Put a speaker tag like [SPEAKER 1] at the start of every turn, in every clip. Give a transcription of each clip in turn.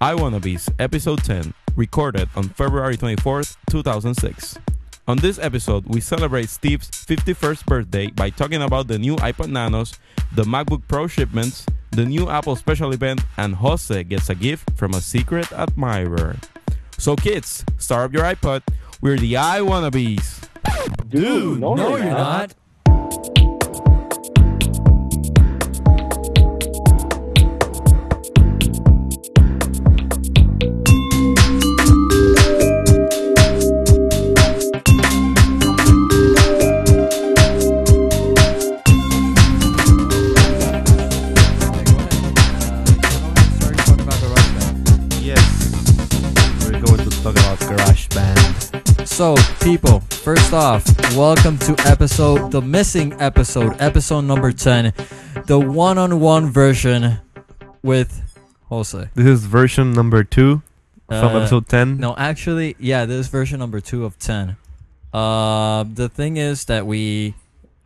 [SPEAKER 1] I Wannabes, Episode 10, recorded on February 24th, 2006. On this episode, we celebrate Steve's 51st birthday by talking about the new iPod Nanos, the MacBook Pro shipments, the new Apple special event, and Jose gets a gift from a secret admirer. So, kids, start up your iPod. We're the I Wannabes.
[SPEAKER 2] Dude, no,
[SPEAKER 3] No,
[SPEAKER 2] you're,
[SPEAKER 3] you're
[SPEAKER 2] not.
[SPEAKER 3] not.
[SPEAKER 4] Yes. We're going to talk about GarageBand.
[SPEAKER 3] So, people, first off, welcome to episode, the missing episode, episode number 10, the one on one version with Jose.
[SPEAKER 4] This is version number two from
[SPEAKER 3] Uh,
[SPEAKER 4] episode 10.
[SPEAKER 3] No, actually, yeah, this is version number two of ten. Uh, the thing is that we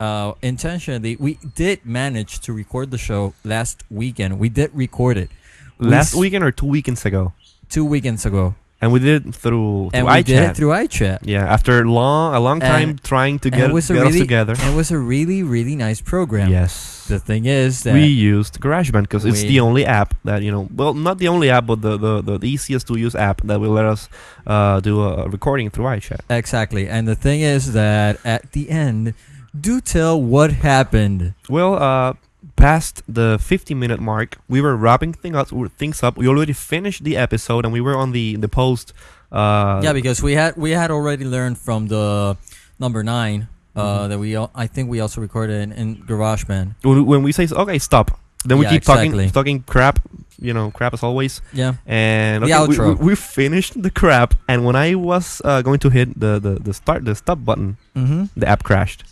[SPEAKER 3] uh, intentionally we did manage to record the show last weekend. We did record it we
[SPEAKER 4] Last
[SPEAKER 3] s-
[SPEAKER 4] weekend or two weekends ago.
[SPEAKER 3] two weekends ago,
[SPEAKER 4] And we did it through,
[SPEAKER 3] and
[SPEAKER 4] through
[SPEAKER 3] we did
[SPEAKER 4] iChat.
[SPEAKER 3] it through iChat.
[SPEAKER 4] yeah, after long a long time
[SPEAKER 3] And-
[SPEAKER 4] trying to
[SPEAKER 3] and
[SPEAKER 4] get,
[SPEAKER 3] it was a
[SPEAKER 4] get us
[SPEAKER 3] really-
[SPEAKER 4] together.
[SPEAKER 3] And it was a really really nice program.
[SPEAKER 4] Yes.
[SPEAKER 3] The thing is that
[SPEAKER 4] we used GarageBand because it's
[SPEAKER 3] We-
[SPEAKER 4] the only app that you know. Well, not the only app, but the, the, the, easiest to use app that will let us uh, do a recording through iChat.
[SPEAKER 3] exactly, and the thing is that at the end, do tell what happened.
[SPEAKER 4] Well, uh, past the 50 minute mark, we were wrapping thing up, things up. We already finished the episode and we were on the, the post. Uh,
[SPEAKER 3] yeah, because we had we had already learned from the number nine. Uh,
[SPEAKER 4] Mhm.
[SPEAKER 3] That we, al- I think we also recorded in, in GarageBand.
[SPEAKER 4] when when we say, okay, stop, then we
[SPEAKER 3] Yeah,
[SPEAKER 4] keep
[SPEAKER 3] exactly.
[SPEAKER 4] talking talking crap, you know, crap as always.
[SPEAKER 3] Yeah,
[SPEAKER 4] And
[SPEAKER 3] The
[SPEAKER 4] okay, we-
[SPEAKER 3] outro.
[SPEAKER 4] We, we finished the crap. And when I was uh, going to hit the, the, the start, the stop button,
[SPEAKER 3] Mm-hmm.
[SPEAKER 4] the app crashed.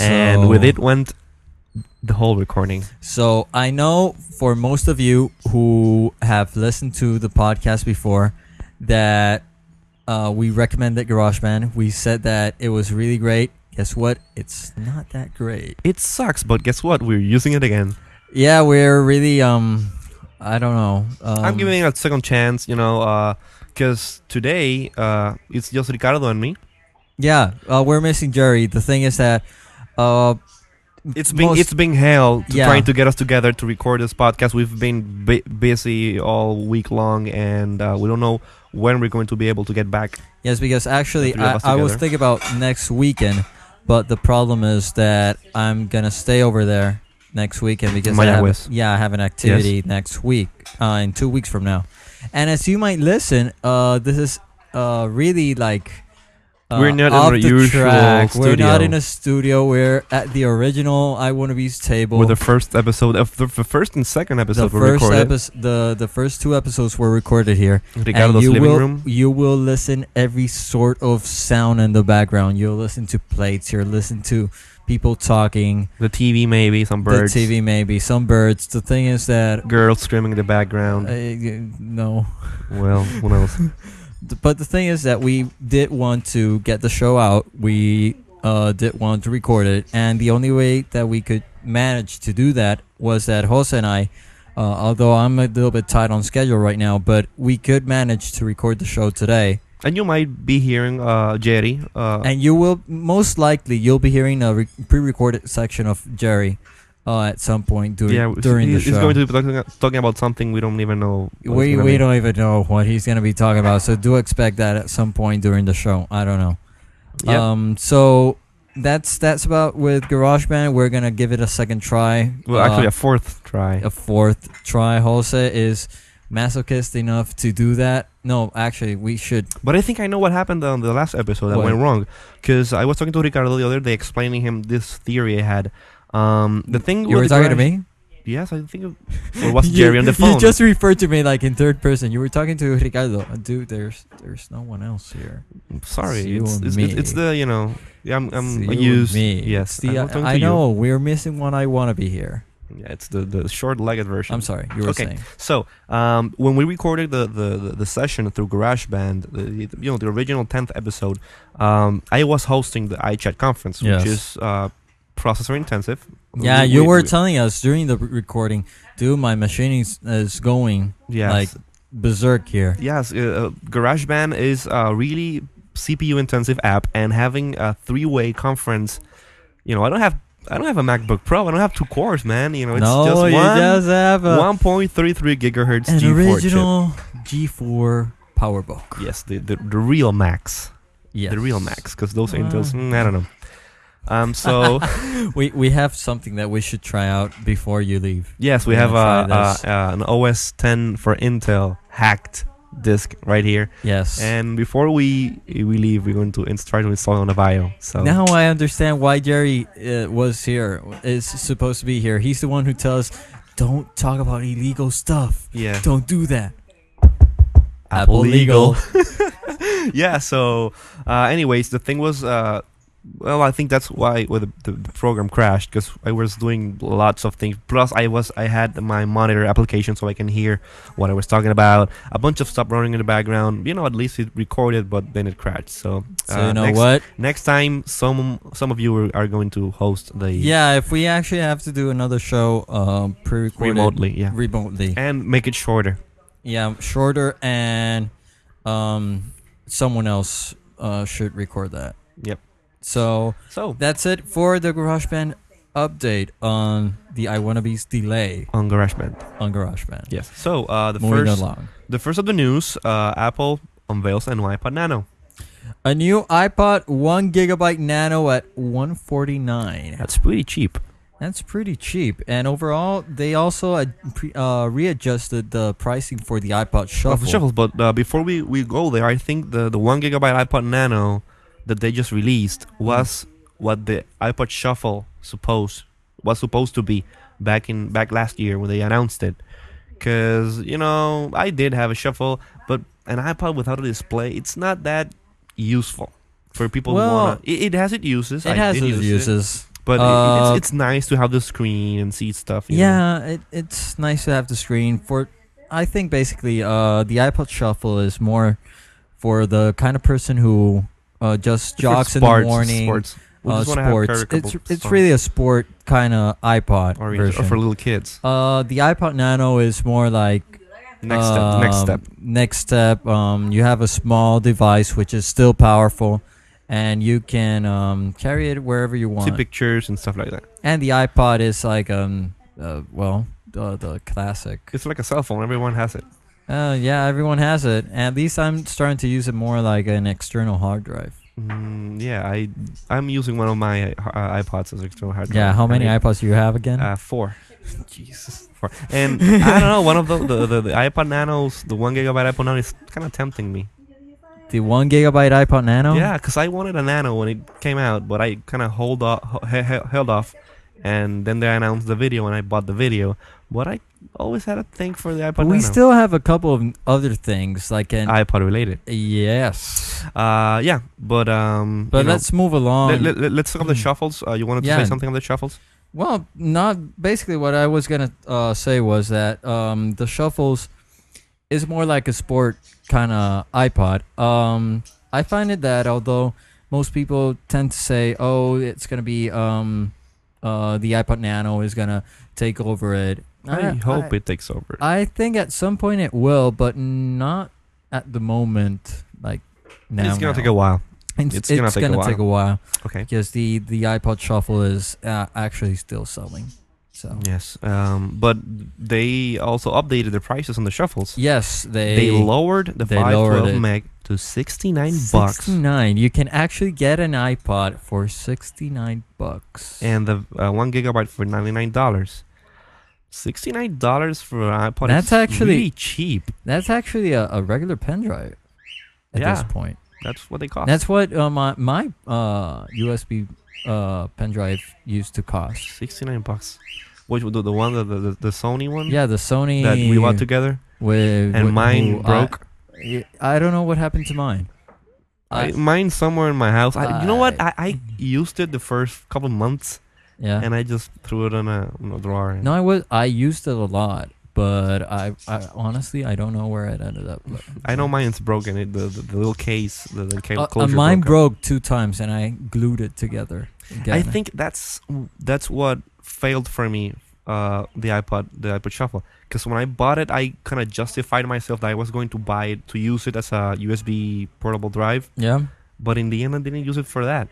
[SPEAKER 4] and with it went the whole recording.
[SPEAKER 3] so I know for most of you who have listened to the podcast before that uh, we recommended GarageBand. We said that it was really great. Guess what? It's not that great.
[SPEAKER 4] It sucks, but guess what? We're using it again.
[SPEAKER 3] Yeah, we're really um, I don't know. Um,
[SPEAKER 4] I'm giving it a second chance, you know, because today uh, it's just Ricardo and me.
[SPEAKER 3] Yeah, uh, we're missing Jerry. The thing is that uh,
[SPEAKER 4] It's been
[SPEAKER 3] most-
[SPEAKER 4] it's been hell to
[SPEAKER 3] Yeah.
[SPEAKER 4] trying to get us together to record this podcast. We've been bu- busy all week long, and uh, we don't know when we're going to be able to get back.
[SPEAKER 3] Yes, because actually,
[SPEAKER 4] The three of
[SPEAKER 3] I,
[SPEAKER 4] us
[SPEAKER 3] I was
[SPEAKER 4] together.
[SPEAKER 3] thinking about next weekend, but the problem is that I'm gonna stay over there next weekend because I
[SPEAKER 4] Maya
[SPEAKER 3] have,
[SPEAKER 4] West.
[SPEAKER 3] yeah, I have an activity next week uh, in two weeks from now. And as you might listen, uh, this is uh, really like uh,
[SPEAKER 4] We're not in
[SPEAKER 3] off
[SPEAKER 4] our
[SPEAKER 3] the
[SPEAKER 4] usual
[SPEAKER 3] track. We're not
[SPEAKER 4] studio.
[SPEAKER 3] in a studio. We're at the original I Wanna Be's table.
[SPEAKER 4] With the first episode, of the, the first and second
[SPEAKER 3] the
[SPEAKER 4] episode were
[SPEAKER 3] first
[SPEAKER 4] recorded.
[SPEAKER 3] episode, the the first two episodes were recorded here.
[SPEAKER 4] Ricardo's
[SPEAKER 3] you
[SPEAKER 4] living
[SPEAKER 3] will,
[SPEAKER 4] room.
[SPEAKER 3] You will listen every sort of sound in the background. You'll listen to plates. You'll listen to people talking.
[SPEAKER 4] The TV, maybe some birds.
[SPEAKER 3] The TV, maybe some birds. The thing is that
[SPEAKER 4] Girls screaming in the background.
[SPEAKER 3] uh, y- no,
[SPEAKER 4] well, what else?
[SPEAKER 3] Th- but the thing is that we did want to get the show out. We uh, did want to record it, and the only way that we could manage to do that was that Jose and I. Uh, although I'm a little bit tight on schedule right now, but we could manage to record the show today.
[SPEAKER 4] And you might be hearing uh, Jerry. Uh,
[SPEAKER 3] and you will most likely you'll be hearing a re- pre-recorded section of Jerry uh, at some point during
[SPEAKER 4] yeah,
[SPEAKER 3] during the
[SPEAKER 4] he's,
[SPEAKER 3] show.
[SPEAKER 4] he's going to be talking, talking about something we don't even know. what it's
[SPEAKER 3] we
[SPEAKER 4] gonna
[SPEAKER 3] we
[SPEAKER 4] be.
[SPEAKER 3] don't even know what he's going to be talking about, so do expect that at some point during the show. I don't know.
[SPEAKER 4] Yeah.
[SPEAKER 3] Um. So that's that's about with GarageBand. We're gonna give it a second try.
[SPEAKER 4] well, actually,
[SPEAKER 3] Uh,
[SPEAKER 4] a fourth try.
[SPEAKER 3] a fourth try. Jose is masochist enough to do that. No, actually, we should.
[SPEAKER 4] But I think I know what happened on the last episode that
[SPEAKER 3] What?
[SPEAKER 4] went wrong. Because I was talking to Ricardo the other day, explaining him this theory I had. Um, the thing
[SPEAKER 3] You
[SPEAKER 4] with
[SPEAKER 3] were
[SPEAKER 4] the
[SPEAKER 3] talking to
[SPEAKER 4] garage-
[SPEAKER 3] me.
[SPEAKER 4] Yes, I think. It, or was
[SPEAKER 3] You-
[SPEAKER 4] Jerry on the
[SPEAKER 3] You
[SPEAKER 4] phone?
[SPEAKER 3] just referred to me like in third person. You were talking to Ricardo. Uh, Dude, there's there's no one else here.
[SPEAKER 4] Sorry,
[SPEAKER 3] it's you
[SPEAKER 4] it's,
[SPEAKER 3] and
[SPEAKER 4] it's, it's,
[SPEAKER 3] me.
[SPEAKER 4] it's the you know. Yeah, I'm.
[SPEAKER 3] It's
[SPEAKER 4] I'm
[SPEAKER 3] you and
[SPEAKER 4] used.
[SPEAKER 3] Me.
[SPEAKER 4] Um, Yes,
[SPEAKER 3] It's the-
[SPEAKER 4] I'm talking
[SPEAKER 3] I,
[SPEAKER 4] to you.
[SPEAKER 3] know we're missing one. I want to be here.
[SPEAKER 4] Yeah, it's the the short-legged version.
[SPEAKER 3] I'm sorry. You were
[SPEAKER 4] Okay.
[SPEAKER 3] saying.
[SPEAKER 4] So, um, when we recorded the, the, the, the session through GarageBand, the, the- you know, the original 10th episode, um, I was hosting the iChat conference,
[SPEAKER 3] Yes.
[SPEAKER 4] which is uh, processor intensive.
[SPEAKER 3] Yeah,
[SPEAKER 4] We-
[SPEAKER 3] you
[SPEAKER 4] we-
[SPEAKER 3] were
[SPEAKER 4] we-
[SPEAKER 3] telling us during the re- recording, dude, my machine is, is going.
[SPEAKER 4] yes.
[SPEAKER 3] like, berserk here.
[SPEAKER 4] Yes, uh, uh, GarageBand is a really CPU intensive app, and having a three way conference, you know, I don't have I don't have a MacBook Pro. I don't have two cores, man. You know, it's
[SPEAKER 3] no,
[SPEAKER 4] just one.
[SPEAKER 3] you just have a,
[SPEAKER 4] One point thirty three gigahertz
[SPEAKER 3] an
[SPEAKER 4] G4
[SPEAKER 3] original G4 PowerBook.
[SPEAKER 4] chip. Yes, the, the the real Max,
[SPEAKER 3] Yes.
[SPEAKER 4] the real Max, because those
[SPEAKER 3] Ah.
[SPEAKER 4] Intels, mm, I don't know. Um, so
[SPEAKER 3] We we have something that we should try out before you leave.
[SPEAKER 4] yes, we
[SPEAKER 3] We're
[SPEAKER 4] have a,
[SPEAKER 3] gonna try
[SPEAKER 4] uh
[SPEAKER 3] this.
[SPEAKER 4] uh an OS ten for Intel hacked disk right here.
[SPEAKER 3] Yes.
[SPEAKER 4] And before we we leave, we're going to inst- try to install on a bio. So
[SPEAKER 3] now I understand why Jerry uh, was here. Is supposed to be here. He's the one who tells, "Don't talk about illegal stuff.
[SPEAKER 4] yeah,
[SPEAKER 3] Don't do that."
[SPEAKER 4] Uh,
[SPEAKER 3] legal.
[SPEAKER 4] yeah. So, uh, anyways, the thing was, uh, well, I think that's why well, the, the, the program crashed because I was doing lots of things. Plus, I was I had my monitor application so I can hear what I was talking about. A bunch of stuff running in the background. You know, at least it recorded, but then it crashed. So,
[SPEAKER 3] So
[SPEAKER 4] uh,
[SPEAKER 3] you know
[SPEAKER 4] next,
[SPEAKER 3] what?
[SPEAKER 4] Next time, some some of you are, are going to host the
[SPEAKER 3] Yeah, if we actually have to do another show, um, pre-recorded
[SPEAKER 4] remotely, yeah,
[SPEAKER 3] remotely.
[SPEAKER 4] and make it shorter.
[SPEAKER 3] Yeah, shorter and um, someone else uh, should record that.
[SPEAKER 4] Yep.
[SPEAKER 3] So
[SPEAKER 4] So
[SPEAKER 3] that's it for the GarageBand update on the I Wanna Be's delay
[SPEAKER 4] on GarageBand,
[SPEAKER 3] on GarageBand.
[SPEAKER 4] yes. So uh, the
[SPEAKER 3] Moving
[SPEAKER 4] first
[SPEAKER 3] along.
[SPEAKER 4] the first of the news, uh, Apple unveils a new iPod Nano.
[SPEAKER 3] A new iPod 1 gigabyte nano at 149.
[SPEAKER 4] That's pretty cheap.
[SPEAKER 3] That's pretty cheap. And overall, they also uh, pre- uh, readjusted the pricing for the iPod
[SPEAKER 4] Well,
[SPEAKER 3] Shuffle.
[SPEAKER 4] Oh, for shuffles, but uh, before we, we go there, I think the, the one gigabyte iPod Nano that they just released was what the iPod Shuffle supposed was supposed to be back in back last year when they announced it. Cause you know I did have a Shuffle, but an iPod without a display, it's not that useful for people who
[SPEAKER 3] Well,
[SPEAKER 4] wanna. It, it has its uses. I
[SPEAKER 3] It has
[SPEAKER 4] did
[SPEAKER 3] its
[SPEAKER 4] use
[SPEAKER 3] uses.
[SPEAKER 4] but it-
[SPEAKER 3] Uh,
[SPEAKER 4] it's, it's nice to have the screen and see stuff. you know.
[SPEAKER 3] Yeah, it, it's nice to have the screen for. I think basically, uh, the iPod Shuffle is more for the kind of person who uh, just
[SPEAKER 4] For
[SPEAKER 3] jogs in
[SPEAKER 4] sports-
[SPEAKER 3] the morning.
[SPEAKER 4] Sports. We
[SPEAKER 3] uh,
[SPEAKER 4] just wanna have
[SPEAKER 3] sports.
[SPEAKER 4] caricable
[SPEAKER 3] It's it's
[SPEAKER 4] songs.
[SPEAKER 3] really a sport kind of iPod
[SPEAKER 4] or, or
[SPEAKER 3] version.
[SPEAKER 4] for little kids.
[SPEAKER 3] uh, the iPod Nano is more like
[SPEAKER 4] Next step. Next
[SPEAKER 3] um,
[SPEAKER 4] step.
[SPEAKER 3] Next step. Um, you have a small device which is still powerful, and you can um, carry it wherever you want.
[SPEAKER 4] See pictures and stuff like that.
[SPEAKER 3] And the iPod is like um uh, well the the classic.
[SPEAKER 4] It's like a cell phone. Everyone has it.
[SPEAKER 3] Uh, yeah, everyone has it. At least I'm starting to use it more like an external hard drive.
[SPEAKER 4] Mm, yeah, I I'm using one of my uh, iPods as external hard drive.
[SPEAKER 3] Yeah, how many
[SPEAKER 4] And
[SPEAKER 3] iPods do you have again?
[SPEAKER 4] it- Uh, four. Jesus, four. And I don't know. One of the the, the, the iPod Nanos, the one gigabyte iPod Nano, is kind of tempting me.
[SPEAKER 3] the one gigabyte iPod Nano.
[SPEAKER 4] Yeah, because I wanted a Nano when it came out, but I kind of hold off, he, he- held off, and then they announced the video, and I bought the video. But I always had a thing for the iPod.
[SPEAKER 3] we
[SPEAKER 4] Nano.
[SPEAKER 3] still have a couple of other things like an
[SPEAKER 4] iPod related.
[SPEAKER 3] yes.
[SPEAKER 4] Uh, yeah, but um,
[SPEAKER 3] But
[SPEAKER 4] you know,
[SPEAKER 3] let's move along.
[SPEAKER 4] let, let, us look up the
[SPEAKER 3] Mm.
[SPEAKER 4] shuffles. Uh, you wanted to
[SPEAKER 3] Yeah.
[SPEAKER 4] say something on the shuffles?
[SPEAKER 3] Well, not basically what I was gonna uh, say was that um, the shuffles is more like a sport kind of iPod. Um, I find it that although most people tend to say, "Oh, it's gonna be um, uh, the iPod Nano is gonna take over it."
[SPEAKER 4] I, hope it takes over.
[SPEAKER 3] I think at some point it will, but not at the moment. Like now,
[SPEAKER 4] it's gonna
[SPEAKER 3] now.
[SPEAKER 4] take a while.
[SPEAKER 3] It's,
[SPEAKER 4] it's gonna
[SPEAKER 3] it's
[SPEAKER 4] take a
[SPEAKER 3] gonna
[SPEAKER 4] while.
[SPEAKER 3] take a while
[SPEAKER 4] Okay.
[SPEAKER 3] because the the iPod Shuffle is uh, actually still selling. So
[SPEAKER 4] Yes. Um, but they also updated the prices on the shuffles.
[SPEAKER 3] yes, they
[SPEAKER 4] They lowered the
[SPEAKER 3] they
[SPEAKER 4] five
[SPEAKER 3] lowered
[SPEAKER 4] twelve
[SPEAKER 3] it.
[SPEAKER 4] meg to sixty nine bucks,
[SPEAKER 3] 69. You can actually get an iPod for 69 bucks.
[SPEAKER 4] and the uh, one gigabyte for ninety nine dollars. Sixty nine dollars for an iPod.
[SPEAKER 3] That's
[SPEAKER 4] is
[SPEAKER 3] actually-
[SPEAKER 4] really cheap.
[SPEAKER 3] that's actually a, a regular pen drive at
[SPEAKER 4] Yeah.
[SPEAKER 3] this point.
[SPEAKER 4] That's what they cost.
[SPEAKER 3] That's what uh, my my uh, USB uh, pen drive used to cost.
[SPEAKER 4] sixty nine bucks. Which the, the one the, the the Sony one
[SPEAKER 3] Yeah, the Sony
[SPEAKER 4] that we bought together
[SPEAKER 3] with
[SPEAKER 4] and
[SPEAKER 3] with-
[SPEAKER 4] mine
[SPEAKER 3] who uh,
[SPEAKER 4] broke.
[SPEAKER 3] I, I don't know what happened to mine.
[SPEAKER 4] I, mine somewhere in my house. I, you know what? I, I used it the first couple months,
[SPEAKER 3] yeah.
[SPEAKER 4] and I just threw it on a, on a drawer. and-
[SPEAKER 3] No, I was I used it a lot, but I, I honestly I don't know where it ended up. but-
[SPEAKER 4] I know mine's broken. It, the, the the little case, the, the cable
[SPEAKER 3] Uh, uh,
[SPEAKER 4] closure.
[SPEAKER 3] mine
[SPEAKER 4] broke.
[SPEAKER 3] broke, two times, and I glued it together.
[SPEAKER 4] I
[SPEAKER 3] again.
[SPEAKER 4] think that's that's what failed for me uh, the iPod, the iPod Shuffle. Because when I bought it, I kind of justified myself that I was going to buy it to use it as a USB portable drive.
[SPEAKER 3] Yeah.
[SPEAKER 4] But in the end, I didn't use it for that.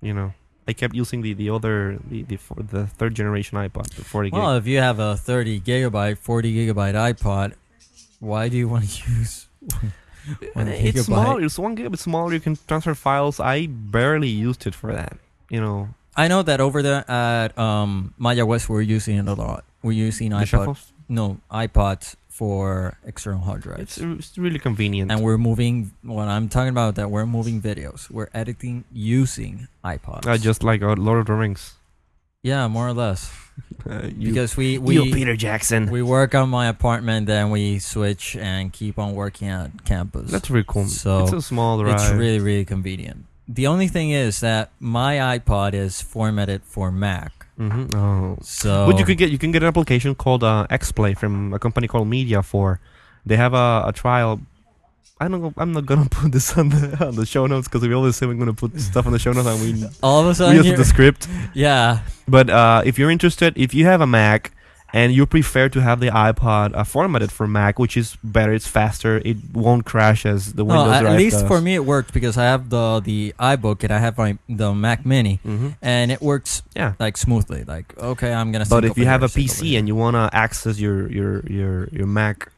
[SPEAKER 4] You know, I kept using the the other the the, fo- the third generation iPod, the 40 gig.
[SPEAKER 3] Well, if you have a 30 gigabyte, 40 gigabyte iPod, why do you want to use? one
[SPEAKER 4] it's
[SPEAKER 3] gigabyte.
[SPEAKER 4] small. It's one gig. It's smaller. You can transfer files. I barely used it for that. You know,
[SPEAKER 3] I know that over there at um, Maya West, we're using it a lot. We're using
[SPEAKER 4] the
[SPEAKER 3] iPod,
[SPEAKER 4] shuffles.
[SPEAKER 3] no iPods for external hard
[SPEAKER 4] It's,
[SPEAKER 3] drives,
[SPEAKER 4] it's really convenient.
[SPEAKER 3] and we're moving. What I'm talking about that we're moving videos, we're editing using iPods.
[SPEAKER 4] Uh, just like uh, Lord of the Rings.
[SPEAKER 3] yeah, more or less,
[SPEAKER 4] Uh, you,
[SPEAKER 3] because we
[SPEAKER 4] you
[SPEAKER 3] we
[SPEAKER 4] Peter Jackson.
[SPEAKER 3] we work on my apartment, then we switch and keep on working at campus.
[SPEAKER 4] That's really cool.
[SPEAKER 3] So,
[SPEAKER 4] it's a small drive.
[SPEAKER 3] It's really, really convenient. The only thing is that my iPod is formatted for Mac.
[SPEAKER 4] Mhm. Oh.
[SPEAKER 3] So
[SPEAKER 4] But you could get you can get an application called uh, XPlay from a company called Media for. They have a, a trial. I don't. know- I'm not gonna put this on the on the show notes because we always say we're gonna put stuff on the show notes and we
[SPEAKER 3] all of a
[SPEAKER 4] we
[SPEAKER 3] sudden,
[SPEAKER 4] just
[SPEAKER 3] you're-
[SPEAKER 4] the script.
[SPEAKER 3] yeah,
[SPEAKER 4] But uh, if you're interested, if you have a Mac and you prefer to have the iPod uh, formatted for Mac, which is better, it's faster, it won't crash as the
[SPEAKER 3] no,
[SPEAKER 4] Windows
[SPEAKER 3] at
[SPEAKER 4] Drive
[SPEAKER 3] least for me it worked because I have the the iBook and I have my the Mac Mini
[SPEAKER 4] hmm
[SPEAKER 3] and it works
[SPEAKER 4] Yeah.
[SPEAKER 3] like smoothly. Like okay, I'm gonna.
[SPEAKER 4] But
[SPEAKER 3] sync
[SPEAKER 4] if
[SPEAKER 3] over
[SPEAKER 4] you have a
[SPEAKER 3] here, sync over
[SPEAKER 4] PC
[SPEAKER 3] here.
[SPEAKER 4] and you want to access your, your your your Mac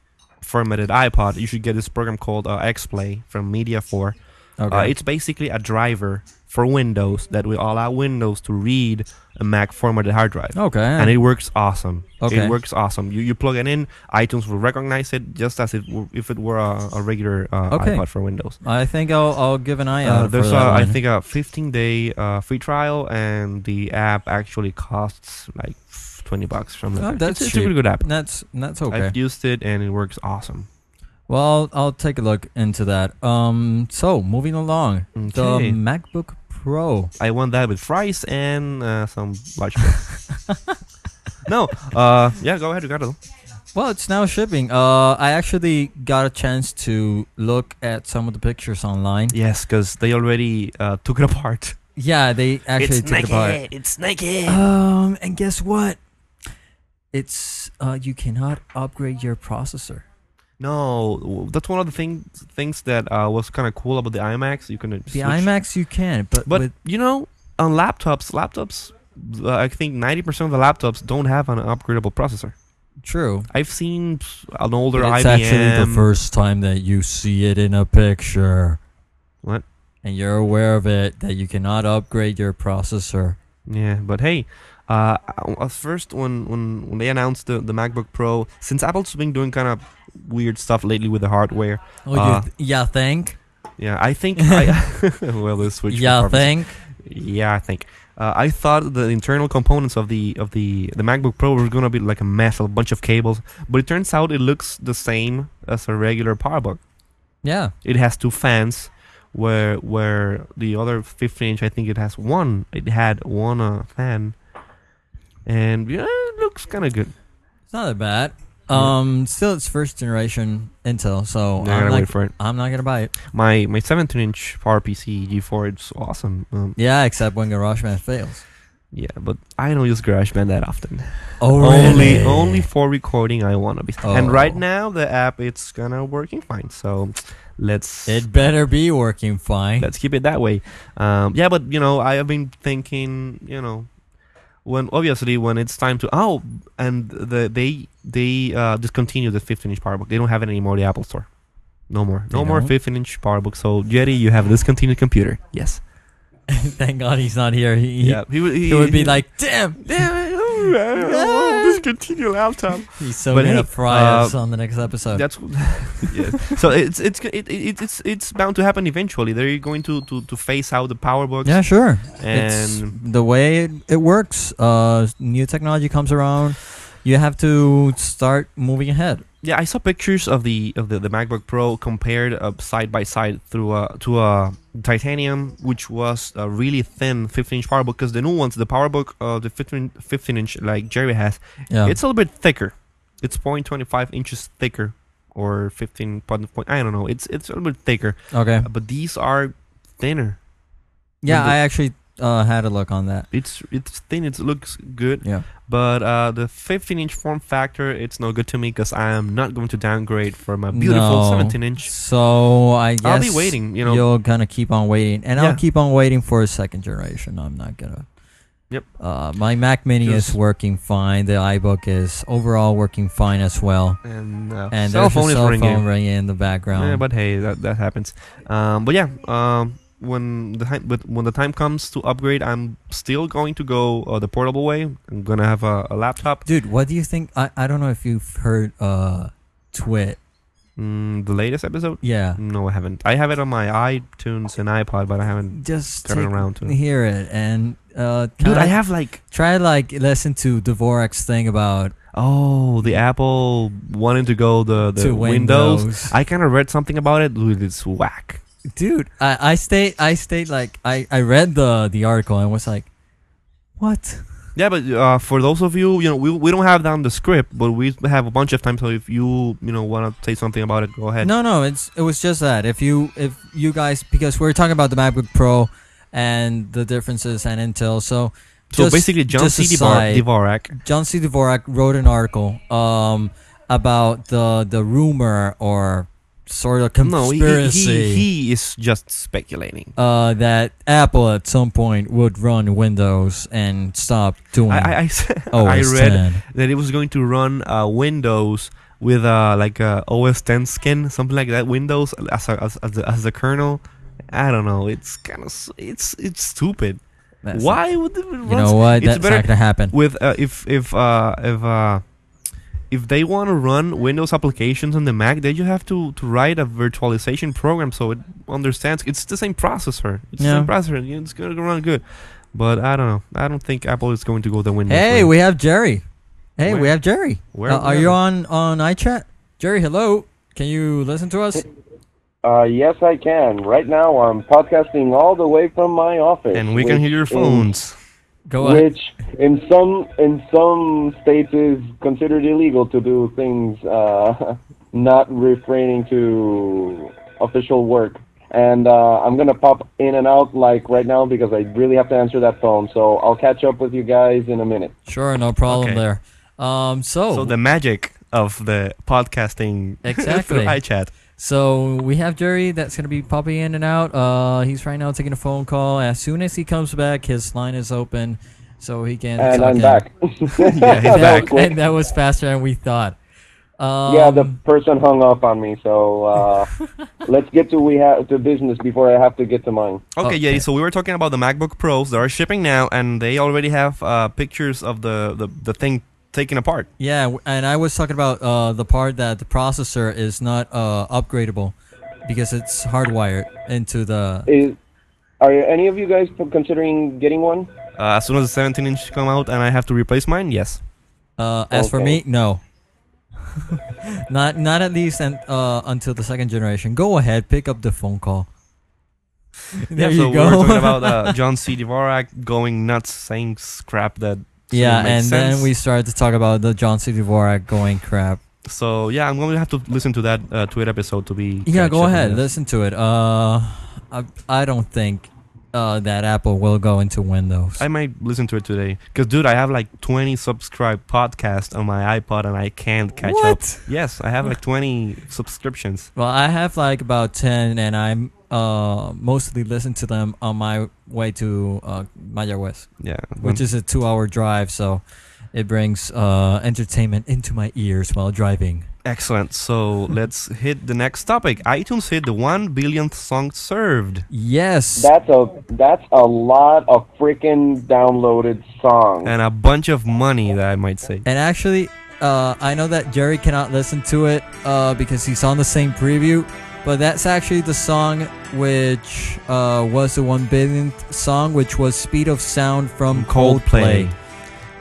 [SPEAKER 4] formatted iPod, you should get this program called uh, XPlay from Media4.
[SPEAKER 3] okay,
[SPEAKER 4] Uh, it's basically a driver for Windows that will allow Windows to read a Mac formatted hard drive.
[SPEAKER 3] okay,
[SPEAKER 4] and it works awesome.
[SPEAKER 3] Okay.
[SPEAKER 4] It works awesome. You you plug it in, iTunes will recognize it just as if were- if it were a, a regular uh,
[SPEAKER 3] Okay.
[SPEAKER 4] iPod for Windows.
[SPEAKER 3] I think I'll I'll give an eye
[SPEAKER 4] Uh,
[SPEAKER 3] out. for
[SPEAKER 4] there's a,
[SPEAKER 3] that
[SPEAKER 4] I
[SPEAKER 3] one.
[SPEAKER 4] think a 15 day uh, free trial, and the app actually costs like 20 bucks from
[SPEAKER 3] Oh,
[SPEAKER 4] there.
[SPEAKER 3] that's
[SPEAKER 4] it's, it's a really good app.
[SPEAKER 3] that's that's okay.
[SPEAKER 4] I've used it and it works awesome.
[SPEAKER 3] well, I'll, I'll take a look into that. Um, so moving along, the um,
[SPEAKER 4] Okay.
[SPEAKER 3] MacBook Pro.
[SPEAKER 4] I want that with fries and uh, some large bread. no, uh, yeah, go ahead, Ricardo.
[SPEAKER 3] Well, it's now shipping. Uh, I actually got a chance to look at some of the pictures online.
[SPEAKER 4] Yes, because they already uh, took it apart.
[SPEAKER 3] Yeah, they actually took it apart.
[SPEAKER 4] It's naked.
[SPEAKER 3] Um, and guess what? It's uh, you cannot upgrade your processor.
[SPEAKER 4] No, w- that's one of the things things that uh, was kind of cool about the iMacs. You can uh,
[SPEAKER 3] The iMacs you can, but,
[SPEAKER 4] but
[SPEAKER 3] with,
[SPEAKER 4] you know, on laptops, laptops, uh, I think ninety percent of the laptops don't have an upgradable processor.
[SPEAKER 3] true.
[SPEAKER 4] I've seen s- an older
[SPEAKER 3] But it's
[SPEAKER 4] IBM.
[SPEAKER 3] actually the first time that you see it in a picture.
[SPEAKER 4] What?
[SPEAKER 3] And you're aware of it that you cannot upgrade your processor.
[SPEAKER 4] Yeah, but hey, uh, I- at first when, when when they announced the the MacBook Pro, since Apple's been doing kind of weird stuff lately with the hardware,
[SPEAKER 3] Oh,
[SPEAKER 4] Uh,
[SPEAKER 3] you yeah, think?
[SPEAKER 4] yeah, I think I well, they switched from
[SPEAKER 3] Yeah,
[SPEAKER 4] hardware to
[SPEAKER 3] think.
[SPEAKER 4] Yeah, I think. Uh, I thought the internal components of the of the the MacBook Pro were gonna be like a mess, a bunch of cables. But it turns out it looks the same as a regular PowerBook.
[SPEAKER 3] Yeah.
[SPEAKER 4] It has two fans, where where the other 15 inch, I think it has one. It had one uh, fan, and yeah, it looks kind of good.
[SPEAKER 3] It's not that bad.
[SPEAKER 4] Yeah.
[SPEAKER 3] Um, still, it's first generation Intel, so
[SPEAKER 4] I
[SPEAKER 3] I'm
[SPEAKER 4] gotta
[SPEAKER 3] not,
[SPEAKER 4] wait for it.
[SPEAKER 3] I'm not gonna buy it.
[SPEAKER 4] My my 17 inch PowerPC G4, it's awesome. Um,
[SPEAKER 3] Yeah, except when GarageBand fails.
[SPEAKER 4] yeah, but I don't use GarageBand that often.
[SPEAKER 3] Oh,
[SPEAKER 4] Only only for recording I wanna be. And right
[SPEAKER 3] Oh.
[SPEAKER 4] now the app it's kinda working fine. So let's
[SPEAKER 3] It better be working fine.
[SPEAKER 4] let's keep it that way. Um, yeah, but you know, I have been thinking, you know, when obviously when it's time to oh and the they they uh discontinue the fifteen inch PowerBook. They don't have it anymore, the Apple Store. No more.
[SPEAKER 3] They
[SPEAKER 4] No more
[SPEAKER 3] don't?
[SPEAKER 4] fifteen inch PowerBook. So Jerry, you have a discontinued computer. Yes.
[SPEAKER 3] Thank God he's not here. He, he-
[SPEAKER 4] yeah. He, would-
[SPEAKER 3] he,
[SPEAKER 4] he-
[SPEAKER 3] would be
[SPEAKER 4] he-
[SPEAKER 3] like, damn,
[SPEAKER 4] Damn it, oh, I don't want to discontinue laptop.
[SPEAKER 3] he's so
[SPEAKER 4] But
[SPEAKER 3] gonna
[SPEAKER 4] hey,
[SPEAKER 3] fry
[SPEAKER 4] uh,
[SPEAKER 3] us on the next episode.
[SPEAKER 4] That's yeah. so it's it's it, it, it's it's bound to happen eventually. They're going to to, to phase out the power books
[SPEAKER 3] yeah, sure. it's
[SPEAKER 4] and
[SPEAKER 3] the way it, it works. Uh, new technology comes around, you have to start moving ahead.
[SPEAKER 4] yeah. I saw pictures of the of the, the MacBook Pro compared up side by side through a to a titanium, which was a really thin 15 inch power book. Because the new ones, the power book, uh, the 15 15 inch like Jerry has,
[SPEAKER 3] Yeah,
[SPEAKER 4] it's a little bit thicker. It's 0.25 inches thicker or 15 point, point I don't know. It's it's a little bit thicker,
[SPEAKER 3] okay.
[SPEAKER 4] but these are thinner.
[SPEAKER 3] Yeah,
[SPEAKER 4] the-
[SPEAKER 3] I actually uh, had a look on that.
[SPEAKER 4] It's it's thin. It looks good.
[SPEAKER 3] Yeah.
[SPEAKER 4] But uh, the 15-inch form factor, it's no good to me because I am not going to downgrade for my beautiful
[SPEAKER 3] No.
[SPEAKER 4] 17-inch.
[SPEAKER 3] So I guess
[SPEAKER 4] I'll be waiting. You know.
[SPEAKER 3] are gonna keep on waiting, and
[SPEAKER 4] Yeah.
[SPEAKER 3] I'll keep on waiting for a second generation. I'm not gonna.
[SPEAKER 4] Yep.
[SPEAKER 3] Uh, my Mac Mini
[SPEAKER 4] Just-
[SPEAKER 3] is working fine. The iBook is overall working fine as well.
[SPEAKER 4] and uh,
[SPEAKER 3] And
[SPEAKER 4] cell
[SPEAKER 3] there's
[SPEAKER 4] phone
[SPEAKER 3] a
[SPEAKER 4] is
[SPEAKER 3] cell
[SPEAKER 4] ringing.
[SPEAKER 3] phone ringing in the background.
[SPEAKER 4] Yeah, but hey, that that happens. Um, but yeah, um, when the time but when the time comes to upgrade, I'm still going to go uh, the portable way. I'm gonna have a, a laptop.
[SPEAKER 3] Dude, what do you think? I, I don't know if you've heard uh, Twit.
[SPEAKER 4] Mm, the latest episode?
[SPEAKER 3] Yeah.
[SPEAKER 4] No, I haven't. I have it on my iTunes and iPod, but I haven't
[SPEAKER 3] Just
[SPEAKER 4] gotten
[SPEAKER 3] take,
[SPEAKER 4] around to. Mm. it.
[SPEAKER 3] hear it and uh,
[SPEAKER 4] Dude,
[SPEAKER 3] kinda
[SPEAKER 4] I have like
[SPEAKER 3] try to, like listen to Dvorak's thing about
[SPEAKER 4] oh the Apple wanting to go the the
[SPEAKER 3] to
[SPEAKER 4] Windows.
[SPEAKER 3] Windows.
[SPEAKER 4] I kind of read something about it. Dude, it's whack.
[SPEAKER 3] Dude, I, I stayed I stayed like I, I read the the article and was like, what?
[SPEAKER 4] Yeah, but uh, for those of you, you know, we, we don't have down the script, but we have a bunch of time. So if you you know want to say something about it, go ahead.
[SPEAKER 3] No, no, it's it was just that if you if you guys because we are talking about the MacBook Pro and the differences and Intel, so
[SPEAKER 4] So
[SPEAKER 3] Just-
[SPEAKER 4] basically, John
[SPEAKER 3] just
[SPEAKER 4] C. Dvar-
[SPEAKER 3] aside-
[SPEAKER 4] Dvorak.
[SPEAKER 3] John C. Dvorak wrote an article um, about the the rumor or sort of
[SPEAKER 4] No, he, he,
[SPEAKER 3] conspiracy
[SPEAKER 4] he, he is just speculating.
[SPEAKER 3] uh, that Apple at some point would run Windows and stop doing
[SPEAKER 4] I I, I, s- I
[SPEAKER 3] OS
[SPEAKER 4] read
[SPEAKER 3] 10.
[SPEAKER 4] that it was going to run uh, Windows with uh, like a OS 10 skin, something like that. Windows as a, as, as, the, as the kernel. I don't know. It's kind of it's it's stupid.
[SPEAKER 3] That's-
[SPEAKER 4] Why would it run
[SPEAKER 3] You know what?
[SPEAKER 4] it's
[SPEAKER 3] That's
[SPEAKER 4] better-
[SPEAKER 3] not gonna happen.
[SPEAKER 4] with uh, if if uh, if uh, if they want to run Windows applications on the Mac, they just have to, to write a virtualization program so it understands it's the same processor. It's the
[SPEAKER 3] Yeah.
[SPEAKER 4] same processor. yeah, It's gonna run good. But I don't know. I don't think Apple is going to go the Windows.
[SPEAKER 3] Hey,
[SPEAKER 4] way.
[SPEAKER 3] we have Jerry. Hey, we
[SPEAKER 4] Where?
[SPEAKER 3] have Jerry.
[SPEAKER 4] Where-
[SPEAKER 3] Uh, are you on on iChat? Jerry, hello. Can you listen to us?
[SPEAKER 2] Uh, yes, I can. Right now, I'm podcasting all the way from my office,
[SPEAKER 4] and we can
[SPEAKER 2] which
[SPEAKER 4] hear your
[SPEAKER 2] in-
[SPEAKER 4] phones.
[SPEAKER 3] Go ahead.
[SPEAKER 2] Which, in some in some states, is considered illegal to do things uh, not refraining to official work. And uh, I'm gonna pop in and out like right now because I really have to answer that phone. So I'll catch up with you guys in a minute.
[SPEAKER 3] Sure, no problem
[SPEAKER 4] Okay.
[SPEAKER 3] there. Um, so,
[SPEAKER 4] So the magic of the podcasting
[SPEAKER 3] Exactly.
[SPEAKER 4] through iChat.
[SPEAKER 3] So we have Jerry that's going to be popping in and out. Uh, he's right now taking a phone call. As soon as he comes back, his line is open, so he can.
[SPEAKER 2] And
[SPEAKER 3] talk
[SPEAKER 2] I'm
[SPEAKER 3] in.
[SPEAKER 2] back.
[SPEAKER 4] Yeah, he's
[SPEAKER 2] That was
[SPEAKER 4] back.
[SPEAKER 2] quick.
[SPEAKER 3] And that was faster than we thought. Um,
[SPEAKER 2] yeah, the person hung up on me. So uh, let's get to we have to business before I have to get to mine.
[SPEAKER 4] Okay, yeah.
[SPEAKER 3] Okay.
[SPEAKER 4] So we were talking about the MacBook Pros that are shipping now, and they already have uh, pictures of the, the, the thing taken apart.
[SPEAKER 3] yeah, w- and I was talking about uh, the part that the processor is not uh, upgradable because it's hardwired into the.
[SPEAKER 2] Is are any of you guys considering getting one?
[SPEAKER 4] Uh, as soon as the 17 inch come out, and I have to replace mine, yes.
[SPEAKER 3] Uh, as for me,
[SPEAKER 2] Okay.
[SPEAKER 3] no. not not at least and uh, until the second generation. Go ahead, pick up the phone call. There
[SPEAKER 4] yeah, so
[SPEAKER 3] you go.
[SPEAKER 4] we were talking about uh, John C. Dvorak going nuts, saying crap that. didn't
[SPEAKER 3] Yeah,
[SPEAKER 4] make
[SPEAKER 3] and
[SPEAKER 4] sense.
[SPEAKER 3] then we started to talk about the John C. Dvorak going crap.
[SPEAKER 4] So yeah, I'm going to have to listen to that uh, Twitter episode to be.
[SPEAKER 3] Yeah, go
[SPEAKER 4] catch up with
[SPEAKER 3] ahead,
[SPEAKER 4] this.
[SPEAKER 3] listen to it. Uh, I, I don't think uh, that Apple will go into Windows.
[SPEAKER 4] I might listen to it today, cause dude, I have like 20 subscribed podcasts on my iPod, and I can't catch up.
[SPEAKER 3] what?
[SPEAKER 4] Yes, I have like 20 subscriptions.
[SPEAKER 3] Well, I have like about ten, and I'm uh mostly listen to them on my way to uh Maya West,
[SPEAKER 4] Yeah,
[SPEAKER 3] which is a two-hour drive, so it brings uh entertainment into my ears while driving.
[SPEAKER 4] Excellent. So let's hit the next topic. iTunes hit the one billionth song served.
[SPEAKER 3] Yes.
[SPEAKER 2] That's a that's a lot of freaking downloaded songs.
[SPEAKER 4] And a bunch of money, that I might say.
[SPEAKER 3] And actually, uh, I know that Jerry cannot listen to it uh, because he's on the same preview, but that's actually the song which uh, was the one billionth song, which was Speed of Sound from Coldplay.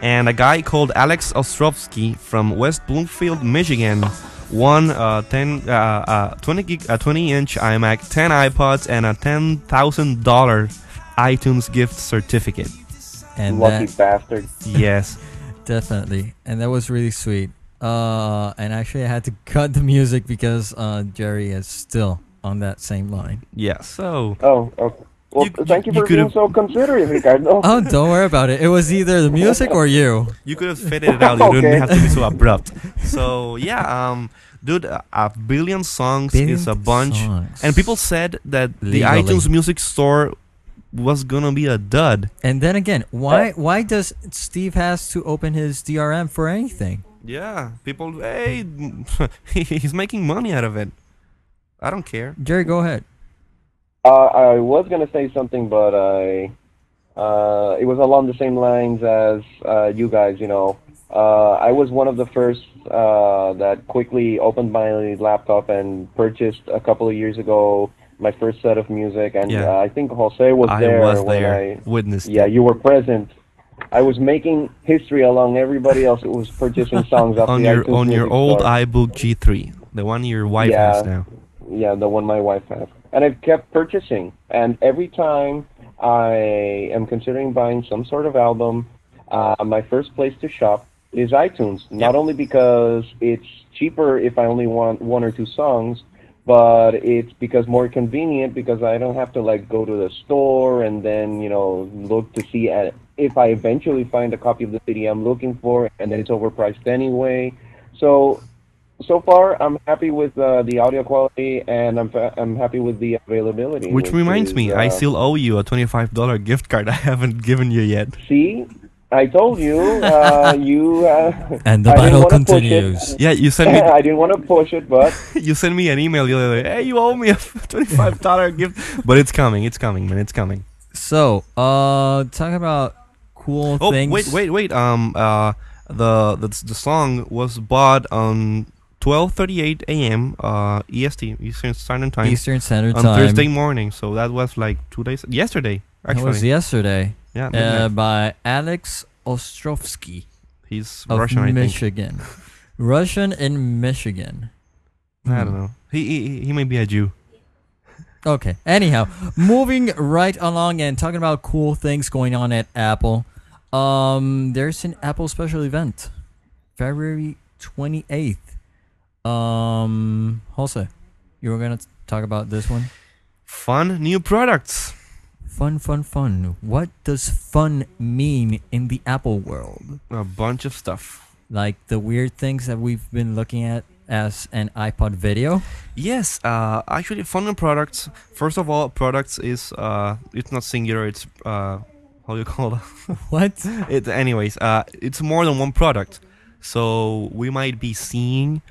[SPEAKER 4] And a guy called Alex Ostrovsky from West Bloomfield, Michigan, won a 10, uh, uh, 20 gig, a 20 inch iMac, 10 iPods, and a $10,000 iTunes gift certificate.
[SPEAKER 3] And
[SPEAKER 2] Lucky
[SPEAKER 3] that,
[SPEAKER 2] bastard.
[SPEAKER 4] Yes.
[SPEAKER 3] definitely. And that was really sweet. Uh, and actually, I had to cut the music because uh, Jerry is still on that same line.
[SPEAKER 4] Yeah. So
[SPEAKER 2] Oh, okay. Well,
[SPEAKER 4] You- you-
[SPEAKER 2] thank you
[SPEAKER 4] you
[SPEAKER 2] for being
[SPEAKER 4] could've-
[SPEAKER 2] so considerate, Ricardo.
[SPEAKER 3] Oh, don't worry about it. It was either the music or you.
[SPEAKER 4] You could have faded it out. You
[SPEAKER 2] Okay.
[SPEAKER 4] didn't have to be so abrupt. So yeah, um, dude, a a billion songs is a bunch.
[SPEAKER 3] Songs.
[SPEAKER 4] And people said that the
[SPEAKER 3] Legally.
[SPEAKER 4] iTunes Music Store was gonna be a dud.
[SPEAKER 3] And then again, why why does Steve has to open his DRM for anything?
[SPEAKER 4] Yeah, people. Hey, he's making money out of it. I don't care.
[SPEAKER 3] Jerry, go ahead.
[SPEAKER 2] Uh, I was gonna say something, but I uh, it was along the same lines as uh, you guys. You know, uh, I was one of the first uh, that quickly opened my laptop and purchased a couple of years ago my first set of music, and
[SPEAKER 4] Yeah.
[SPEAKER 2] uh, I think Jose was
[SPEAKER 4] I
[SPEAKER 2] there
[SPEAKER 4] was
[SPEAKER 2] when
[SPEAKER 4] there,
[SPEAKER 2] I.
[SPEAKER 4] witnessed.
[SPEAKER 2] Yeah, you were present. I was making history along everybody else who was purchasing songs off
[SPEAKER 4] on
[SPEAKER 2] the
[SPEAKER 4] your
[SPEAKER 2] iTunes
[SPEAKER 4] on your
[SPEAKER 2] Music
[SPEAKER 4] old
[SPEAKER 2] Store.
[SPEAKER 4] iBook G3, the one your wife
[SPEAKER 2] Yeah.
[SPEAKER 4] has now.
[SPEAKER 2] Yeah, the one my wife has. And I've kept purchasing. And every time I am considering buying some sort of album, uh, my first place to shop is iTunes. Not only because it's cheaper if I only want one or two songs, but it's because more convenient because I don't have to like go to the store and then you know look to see at if I eventually find a copy of the CD I'm looking for, and then it's overpriced anyway. So so far, I'm happy with uh, the audio quality, and I'm fa- I'm happy with the availability.
[SPEAKER 4] Which reminds
[SPEAKER 2] is,
[SPEAKER 4] me, I
[SPEAKER 2] uh,
[SPEAKER 4] still owe you a twenty-five dollar gift card. I haven't given you yet.
[SPEAKER 2] see. I told you, uh, you. Uh,
[SPEAKER 3] And the
[SPEAKER 2] I didn't
[SPEAKER 3] battle
[SPEAKER 2] wanna push it.
[SPEAKER 3] continues.
[SPEAKER 4] Yeah, you sent me
[SPEAKER 2] I didn't want to push it, but
[SPEAKER 4] you sent me an email the other day. Hey, you owe me a twenty-five dollar gift, but it's coming. It's coming, man. It's coming.
[SPEAKER 3] So, uh, talking about cool
[SPEAKER 4] Oh,
[SPEAKER 3] things.
[SPEAKER 4] wait, wait, wait. Um, uh, the the the song was bought on twelve thirty-eight a.m. Uh, EST Eastern Standard Time
[SPEAKER 3] Eastern Standard
[SPEAKER 4] on
[SPEAKER 3] Time.
[SPEAKER 4] Thursday morning. So that was like two days yesterday.
[SPEAKER 3] That was
[SPEAKER 4] Actually,
[SPEAKER 3] yesterday
[SPEAKER 4] yeah,
[SPEAKER 3] uh,
[SPEAKER 4] midnight.
[SPEAKER 3] by Alex Ostrovsky
[SPEAKER 4] he's
[SPEAKER 3] of
[SPEAKER 4] Russian, I think.
[SPEAKER 3] Michigan. Russian in Michigan.
[SPEAKER 4] I don't know. He, he he may be a Jew.
[SPEAKER 3] Okay. Anyhow, moving right along and talking about cool things going on at Apple. Um, there's an Apple special event, February 28th. Um, Jose, you were gonna t- talk about this one.
[SPEAKER 4] Fun new products.
[SPEAKER 3] Fun, fun, fun. What does fun mean in the Apple world?
[SPEAKER 4] A bunch of stuff.
[SPEAKER 3] Like the weird things that we've been looking at as an iPod video.
[SPEAKER 4] Yes, uh, actually, fun and products. First of all, products is uh, it's not singular. It's uh, how you call it?
[SPEAKER 3] What?
[SPEAKER 4] it anyways, uh, it's more than one product. So we might be seeing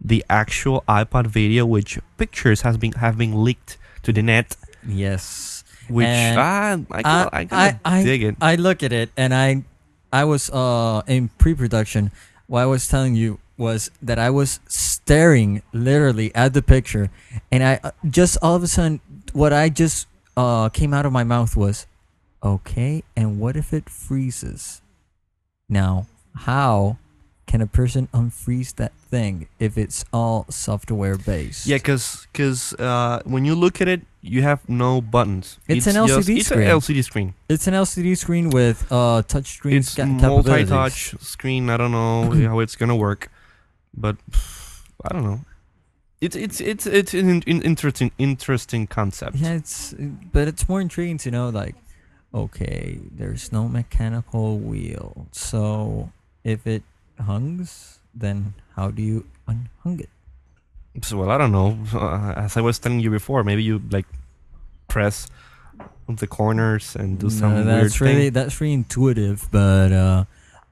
[SPEAKER 4] the actual iPod video, which pictures has been have been leaked to the net.
[SPEAKER 3] Yes.
[SPEAKER 4] Which
[SPEAKER 3] And
[SPEAKER 4] ah, I kinda, I, kinda
[SPEAKER 3] I- I-
[SPEAKER 4] dig it.
[SPEAKER 3] I look at it and I I was uh in pre-production what I was telling you was that I was staring literally at the picture and I uh, just all of a sudden what I just uh came out of my mouth was okay and what if it freezes now how can a person unfreeze that thing if it's all software based
[SPEAKER 4] Yeah, cause, 'cause, uh, when you look at it, you have no buttons.
[SPEAKER 3] It's an
[SPEAKER 4] just-
[SPEAKER 3] LCD
[SPEAKER 4] it's an
[SPEAKER 3] screen.
[SPEAKER 4] LCD screen.
[SPEAKER 3] it's an LCD screen with uh touch screen
[SPEAKER 4] it's
[SPEAKER 3] ca- capabilities.
[SPEAKER 4] multi-touch screen. I don't know how it's gonna work, but I don't know. It's it's it's it's an in- in- interesting interesting concept.
[SPEAKER 3] Yeah, it's but it's more intriguing to know like, okay, there's no mechanical wheel, so if it hungs, then how do you unhung it?
[SPEAKER 4] So, well, I don't know. Uh, as I was telling you before, maybe you like press the corners and do some
[SPEAKER 3] No,
[SPEAKER 4] weird
[SPEAKER 3] that's really
[SPEAKER 4] thing.
[SPEAKER 3] that's really intuitive, but uh,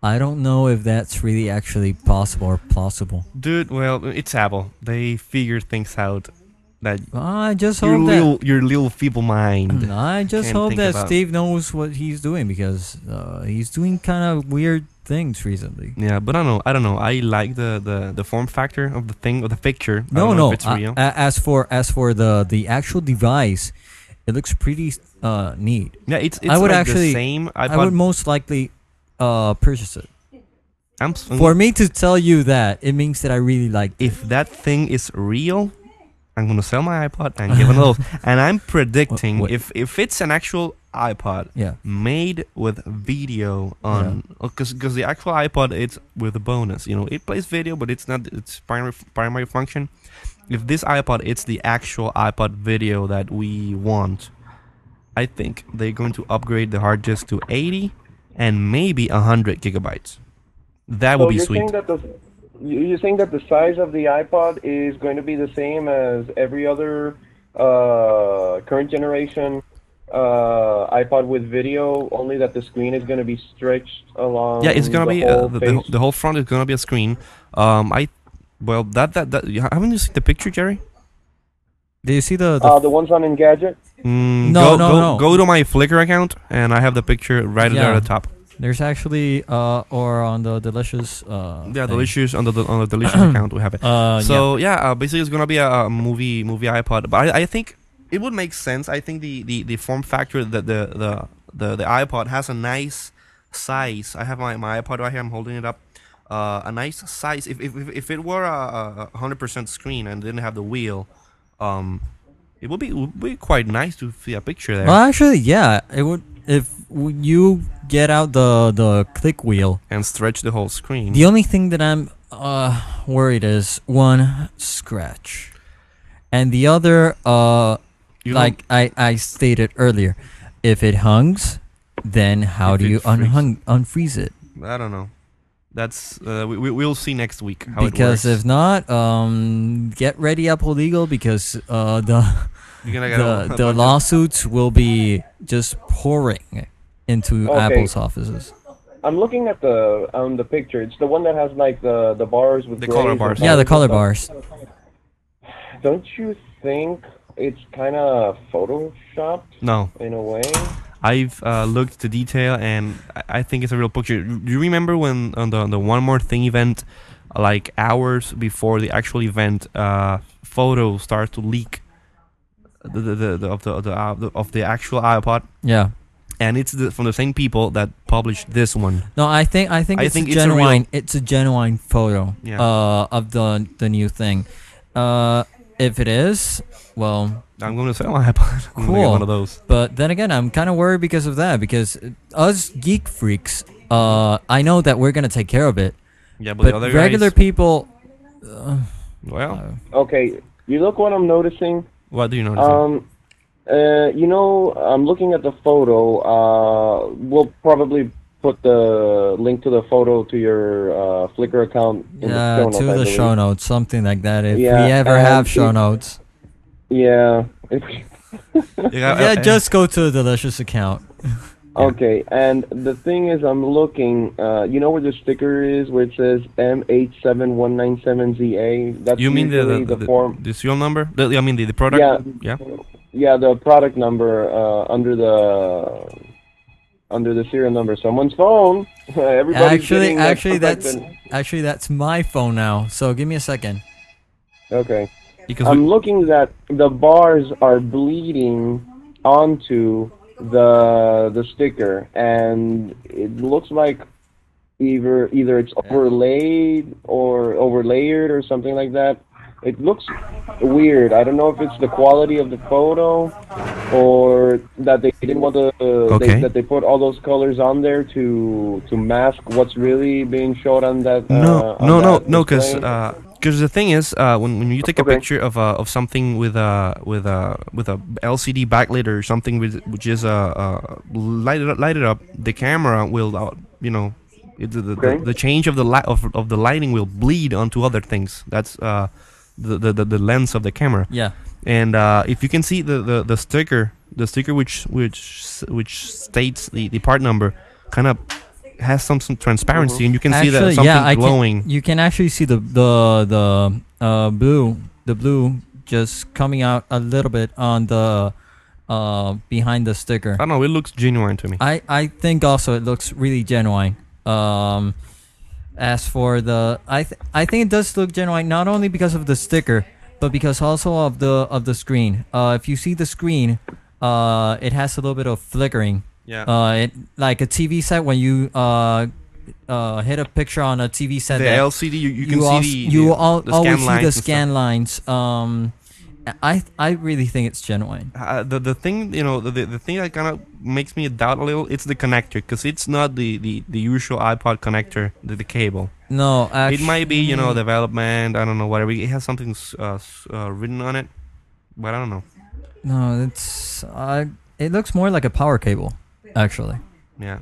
[SPEAKER 3] I don't know if that's really actually possible or plausible.
[SPEAKER 4] Dude, well, it's Apple. They figure things out that
[SPEAKER 3] I just
[SPEAKER 4] your
[SPEAKER 3] hope that.
[SPEAKER 4] little your little feeble mind.
[SPEAKER 3] I just
[SPEAKER 4] Can't
[SPEAKER 3] hope
[SPEAKER 4] think
[SPEAKER 3] that
[SPEAKER 4] about-
[SPEAKER 3] Steve knows what he's doing because uh, he's doing kind of weird things recently.
[SPEAKER 4] Yeah, but I don't know. I don't know. I like the, the, the form factor of the thing of the picture. I
[SPEAKER 3] No,
[SPEAKER 4] don't know
[SPEAKER 3] no.
[SPEAKER 4] If it's
[SPEAKER 3] uh,
[SPEAKER 4] real.
[SPEAKER 3] a- as for as for the the actual device, it looks pretty uh, neat.
[SPEAKER 4] yeah, it's it's
[SPEAKER 3] I would
[SPEAKER 4] like
[SPEAKER 3] actually-
[SPEAKER 4] the same.
[SPEAKER 3] I,
[SPEAKER 4] iPod.
[SPEAKER 3] would most likely uh, purchase it.
[SPEAKER 4] I'm s-
[SPEAKER 3] For me to tell you that, it means that I really like it.
[SPEAKER 4] if that thing is real, I'm gonna sell my iPod and give it a those. And I'm predicting
[SPEAKER 3] wait.
[SPEAKER 4] if if it's an actual iPod,
[SPEAKER 3] Yeah.
[SPEAKER 4] made with video on because because the actual iPod it's with a bonus. You know, it plays video, but it's not its primary primary function. If this iPod, it's the actual iPod video that we want. I think they're going to upgrade the hard disk to 80 and maybe 100 gigabytes. That
[SPEAKER 2] So
[SPEAKER 4] would be
[SPEAKER 2] you're saying
[SPEAKER 4] sweet.
[SPEAKER 2] that the you- you're saying that the size of the iPod is going to be the same as every other uh, current generation uh, iPod with video, only that the screen is going to be stretched along.
[SPEAKER 4] yeah, it's gonna
[SPEAKER 2] the
[SPEAKER 4] be
[SPEAKER 2] whole
[SPEAKER 4] uh, the, the, whole-
[SPEAKER 2] face?
[SPEAKER 4] the whole front is gonna be a screen. Um, I well that that that you- haven't you seen the picture, Jerry?
[SPEAKER 3] Do you see the, the
[SPEAKER 2] uh, the ones on Engadget.
[SPEAKER 4] Mm,
[SPEAKER 3] No,
[SPEAKER 4] go,
[SPEAKER 3] no,
[SPEAKER 4] go,
[SPEAKER 3] no.
[SPEAKER 4] Go to my Flickr account, and I have the picture right there
[SPEAKER 3] Yeah.
[SPEAKER 4] at the top.
[SPEAKER 3] There's actually uh or on the delicious uh
[SPEAKER 4] Yeah,
[SPEAKER 3] thing.
[SPEAKER 4] delicious under the on the delicious account we have it.
[SPEAKER 3] uh yeah.
[SPEAKER 4] so yeah, uh, basically it's gonna be a, a movie movie iPod, but I, I think it would make sense. I think the, the, the form factor that the, the the the iPod has a nice size. I have my, my iPod right here. I'm holding it up. Uh, a nice size. If if, if, if it were a hundred percent screen and didn't have the wheel, um, it would be it would be quite nice to see a picture there
[SPEAKER 3] Well, actually, yeah, it would if w- you get out the the click wheel.
[SPEAKER 4] and stretch the whole screen.
[SPEAKER 3] The only thing that I'm uh worried is one scratch, and the other uh
[SPEAKER 4] You know-
[SPEAKER 3] like I I stated earlier, if it hungs, then how
[SPEAKER 4] If
[SPEAKER 3] do
[SPEAKER 4] it
[SPEAKER 3] you
[SPEAKER 4] freezes.
[SPEAKER 3] unhung unfreeze it?
[SPEAKER 4] I don't know. That's uh, we we- we'll see next week how
[SPEAKER 3] because
[SPEAKER 4] it works.
[SPEAKER 3] if not, um, get ready Apple legal because uh the
[SPEAKER 4] You're gonna get a-
[SPEAKER 3] the,
[SPEAKER 4] a
[SPEAKER 3] the
[SPEAKER 4] bunch-
[SPEAKER 3] lawsuits will be just pouring into
[SPEAKER 2] Okay.
[SPEAKER 3] Apple's offices.
[SPEAKER 2] I'm looking at the um the picture. It's the one that has like the the bars with
[SPEAKER 4] The color bars.
[SPEAKER 2] grays and
[SPEAKER 3] Yeah, the
[SPEAKER 2] colors
[SPEAKER 3] color
[SPEAKER 2] and stuff.
[SPEAKER 3] bars.
[SPEAKER 2] Don't you think it's kind of photoshopped
[SPEAKER 4] no.
[SPEAKER 2] in a way?
[SPEAKER 4] I've uh, looked to detail, and I- I think it's a real picture. Do you remember when on the on the one more thing event, like hours before the actual event, uh, photos start to leak, the the, the, the of the of the, uh, the of the actual iPod,
[SPEAKER 3] Yeah.
[SPEAKER 4] and it's the, from the same people that published this one.
[SPEAKER 3] No, I think I think
[SPEAKER 4] I
[SPEAKER 3] it's
[SPEAKER 4] think
[SPEAKER 3] a
[SPEAKER 4] it's a real-
[SPEAKER 3] genuine it's a genuine photo
[SPEAKER 4] Yeah.
[SPEAKER 3] uh, of the the new thing. Uh, if it is, well,
[SPEAKER 4] I'm going to sell my iPod. I'm gonna get
[SPEAKER 3] Cool.
[SPEAKER 4] one of those.
[SPEAKER 3] but then again, I'm kind of worried because of that because us geek freaks, uh, I know that we're gonna take care of it,
[SPEAKER 4] Yeah, but,
[SPEAKER 3] but
[SPEAKER 4] the other
[SPEAKER 3] regular
[SPEAKER 4] guys,
[SPEAKER 3] people.
[SPEAKER 4] well,
[SPEAKER 2] Okay, you look what I'm noticing.
[SPEAKER 4] what do you notice?
[SPEAKER 2] Um, uh, you know, I'm looking at the photo. Uh, we'll probably put the link to the photo to your uh, Flickr account in the show
[SPEAKER 3] Yeah,
[SPEAKER 2] notes.
[SPEAKER 3] uh, to
[SPEAKER 2] I
[SPEAKER 3] the
[SPEAKER 2] believe.
[SPEAKER 3] show notes, something like that. If
[SPEAKER 2] Yeah,
[SPEAKER 3] we ever
[SPEAKER 2] and
[SPEAKER 3] have show
[SPEAKER 2] it-
[SPEAKER 3] notes,
[SPEAKER 2] Yeah.
[SPEAKER 4] yeah,
[SPEAKER 3] yeah, just go to the delicious account.
[SPEAKER 2] okay, and the thing is, I'm looking. Uh, you know where the sticker is, where it says M87197ZA. That's
[SPEAKER 4] You mean the
[SPEAKER 2] usually
[SPEAKER 4] the, the,
[SPEAKER 2] form.
[SPEAKER 4] the serial number? The, I mean the, the product.
[SPEAKER 2] Yeah.
[SPEAKER 4] Yeah.
[SPEAKER 2] Yeah, the product number uh, under the under the serial number. Someone's phone. Everybody's
[SPEAKER 3] actually,
[SPEAKER 2] getting that
[SPEAKER 3] actually,
[SPEAKER 2] product
[SPEAKER 3] that's
[SPEAKER 2] and-
[SPEAKER 3] actually that's my phone now. So give me a second.
[SPEAKER 2] Okay.
[SPEAKER 4] Because we,
[SPEAKER 2] I'm looking that the bars are bleeding onto the the sticker, and it looks like either either it's overlaid or overlayered or something like that. It looks weird. I don't know if it's the quality of the photo or that they didn't want to uh,
[SPEAKER 4] Okay.
[SPEAKER 2] they, that they put all those colors on there to to mask what's really being showed on that.
[SPEAKER 4] no,
[SPEAKER 2] uh, on
[SPEAKER 4] no, uh, no,
[SPEAKER 2] that
[SPEAKER 4] no, because
[SPEAKER 2] display.
[SPEAKER 4] the thing is, uh, when, when you take a
[SPEAKER 2] Okay.
[SPEAKER 4] picture of uh, of something with a with a with a LCD backlit or something with which is uh, uh lighted up, lighted up, the camera will uh, you know it, the, the,
[SPEAKER 2] Okay.
[SPEAKER 4] the, the change of the light of, of the lighting will bleed onto other things. That's uh the the, the, the lens of the camera.
[SPEAKER 3] Yeah,
[SPEAKER 4] And uh, if you can see the, the, the sticker, the sticker which which s- which states the, the part number, kind of has some, some transparency, and you can see that
[SPEAKER 3] Mm-hmm. Actually,
[SPEAKER 4] something
[SPEAKER 3] yeah, I can-
[SPEAKER 4] glowing.
[SPEAKER 3] you can actually see the the the uh, blue the blue just coming out a little bit on the uh, behind the sticker.
[SPEAKER 4] I don't know. It looks genuine to me.
[SPEAKER 3] I I think also it looks really genuine. Um, as for the, I th- I think it does look genuine not only because of the sticker, but because also of the of the screen. Uh, if you see the screen, uh, it has a little bit of flickering.
[SPEAKER 4] Yeah.
[SPEAKER 3] Uh, it like a TV set when you uh, uh, hit a picture on a TV set.
[SPEAKER 4] the
[SPEAKER 3] that-
[SPEAKER 4] LCD, you, you can
[SPEAKER 3] als-
[SPEAKER 4] see the
[SPEAKER 3] you
[SPEAKER 4] the,
[SPEAKER 3] al-
[SPEAKER 4] the
[SPEAKER 3] always
[SPEAKER 4] scan
[SPEAKER 3] see
[SPEAKER 4] lines
[SPEAKER 3] the
[SPEAKER 4] and stuff.
[SPEAKER 3] scan lines. Um, I I really think it's genuine.
[SPEAKER 4] Uh, the the thing you know the the, the thing that kind of makes me doubt a little. It's the connector because it's not the, the, the usual iPod connector, the, the cable.
[SPEAKER 3] No, actually,
[SPEAKER 4] it might be you know development. I don't know whatever. It has something s- uh, s- uh, written on it, but I don't know.
[SPEAKER 3] No, it's I It looks more like a power cable, actually.
[SPEAKER 4] Yeah.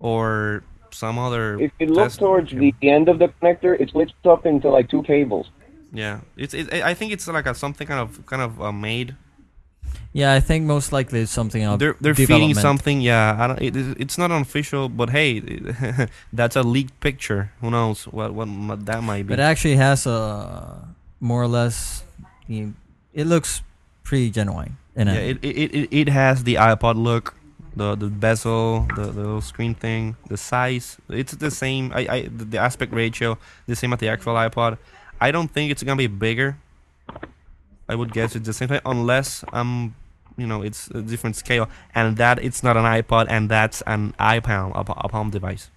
[SPEAKER 4] Or some other.
[SPEAKER 2] If you look
[SPEAKER 4] Tesla
[SPEAKER 2] towards
[SPEAKER 4] cable.
[SPEAKER 2] the end of the connector, it splits up into like two cables.
[SPEAKER 4] Yeah, it's. It, I I think it's like a something kind of kind of uh, made.
[SPEAKER 3] Yeah, I think most likely it's something of
[SPEAKER 4] They're they're feeding
[SPEAKER 3] development.
[SPEAKER 4] something. Yeah, I don't, it, it- it's not official, but hey, it- that's a leaked picture. Who knows what what m- that might be?
[SPEAKER 3] But it actually has a more or less. you- It looks pretty genuine. In
[SPEAKER 4] yeah,
[SPEAKER 3] it.
[SPEAKER 4] it, it, it, it has the iPod look, the the bezel, the, the little screen thing, the size. It's the same. I, I the the aspect ratio the same as the actual iPod. I don't think it's gonna be bigger. I would guess it's the same thing unless um you know it's a different scale and that it's not an iPod and that's an iPalm a, pa- a palm device.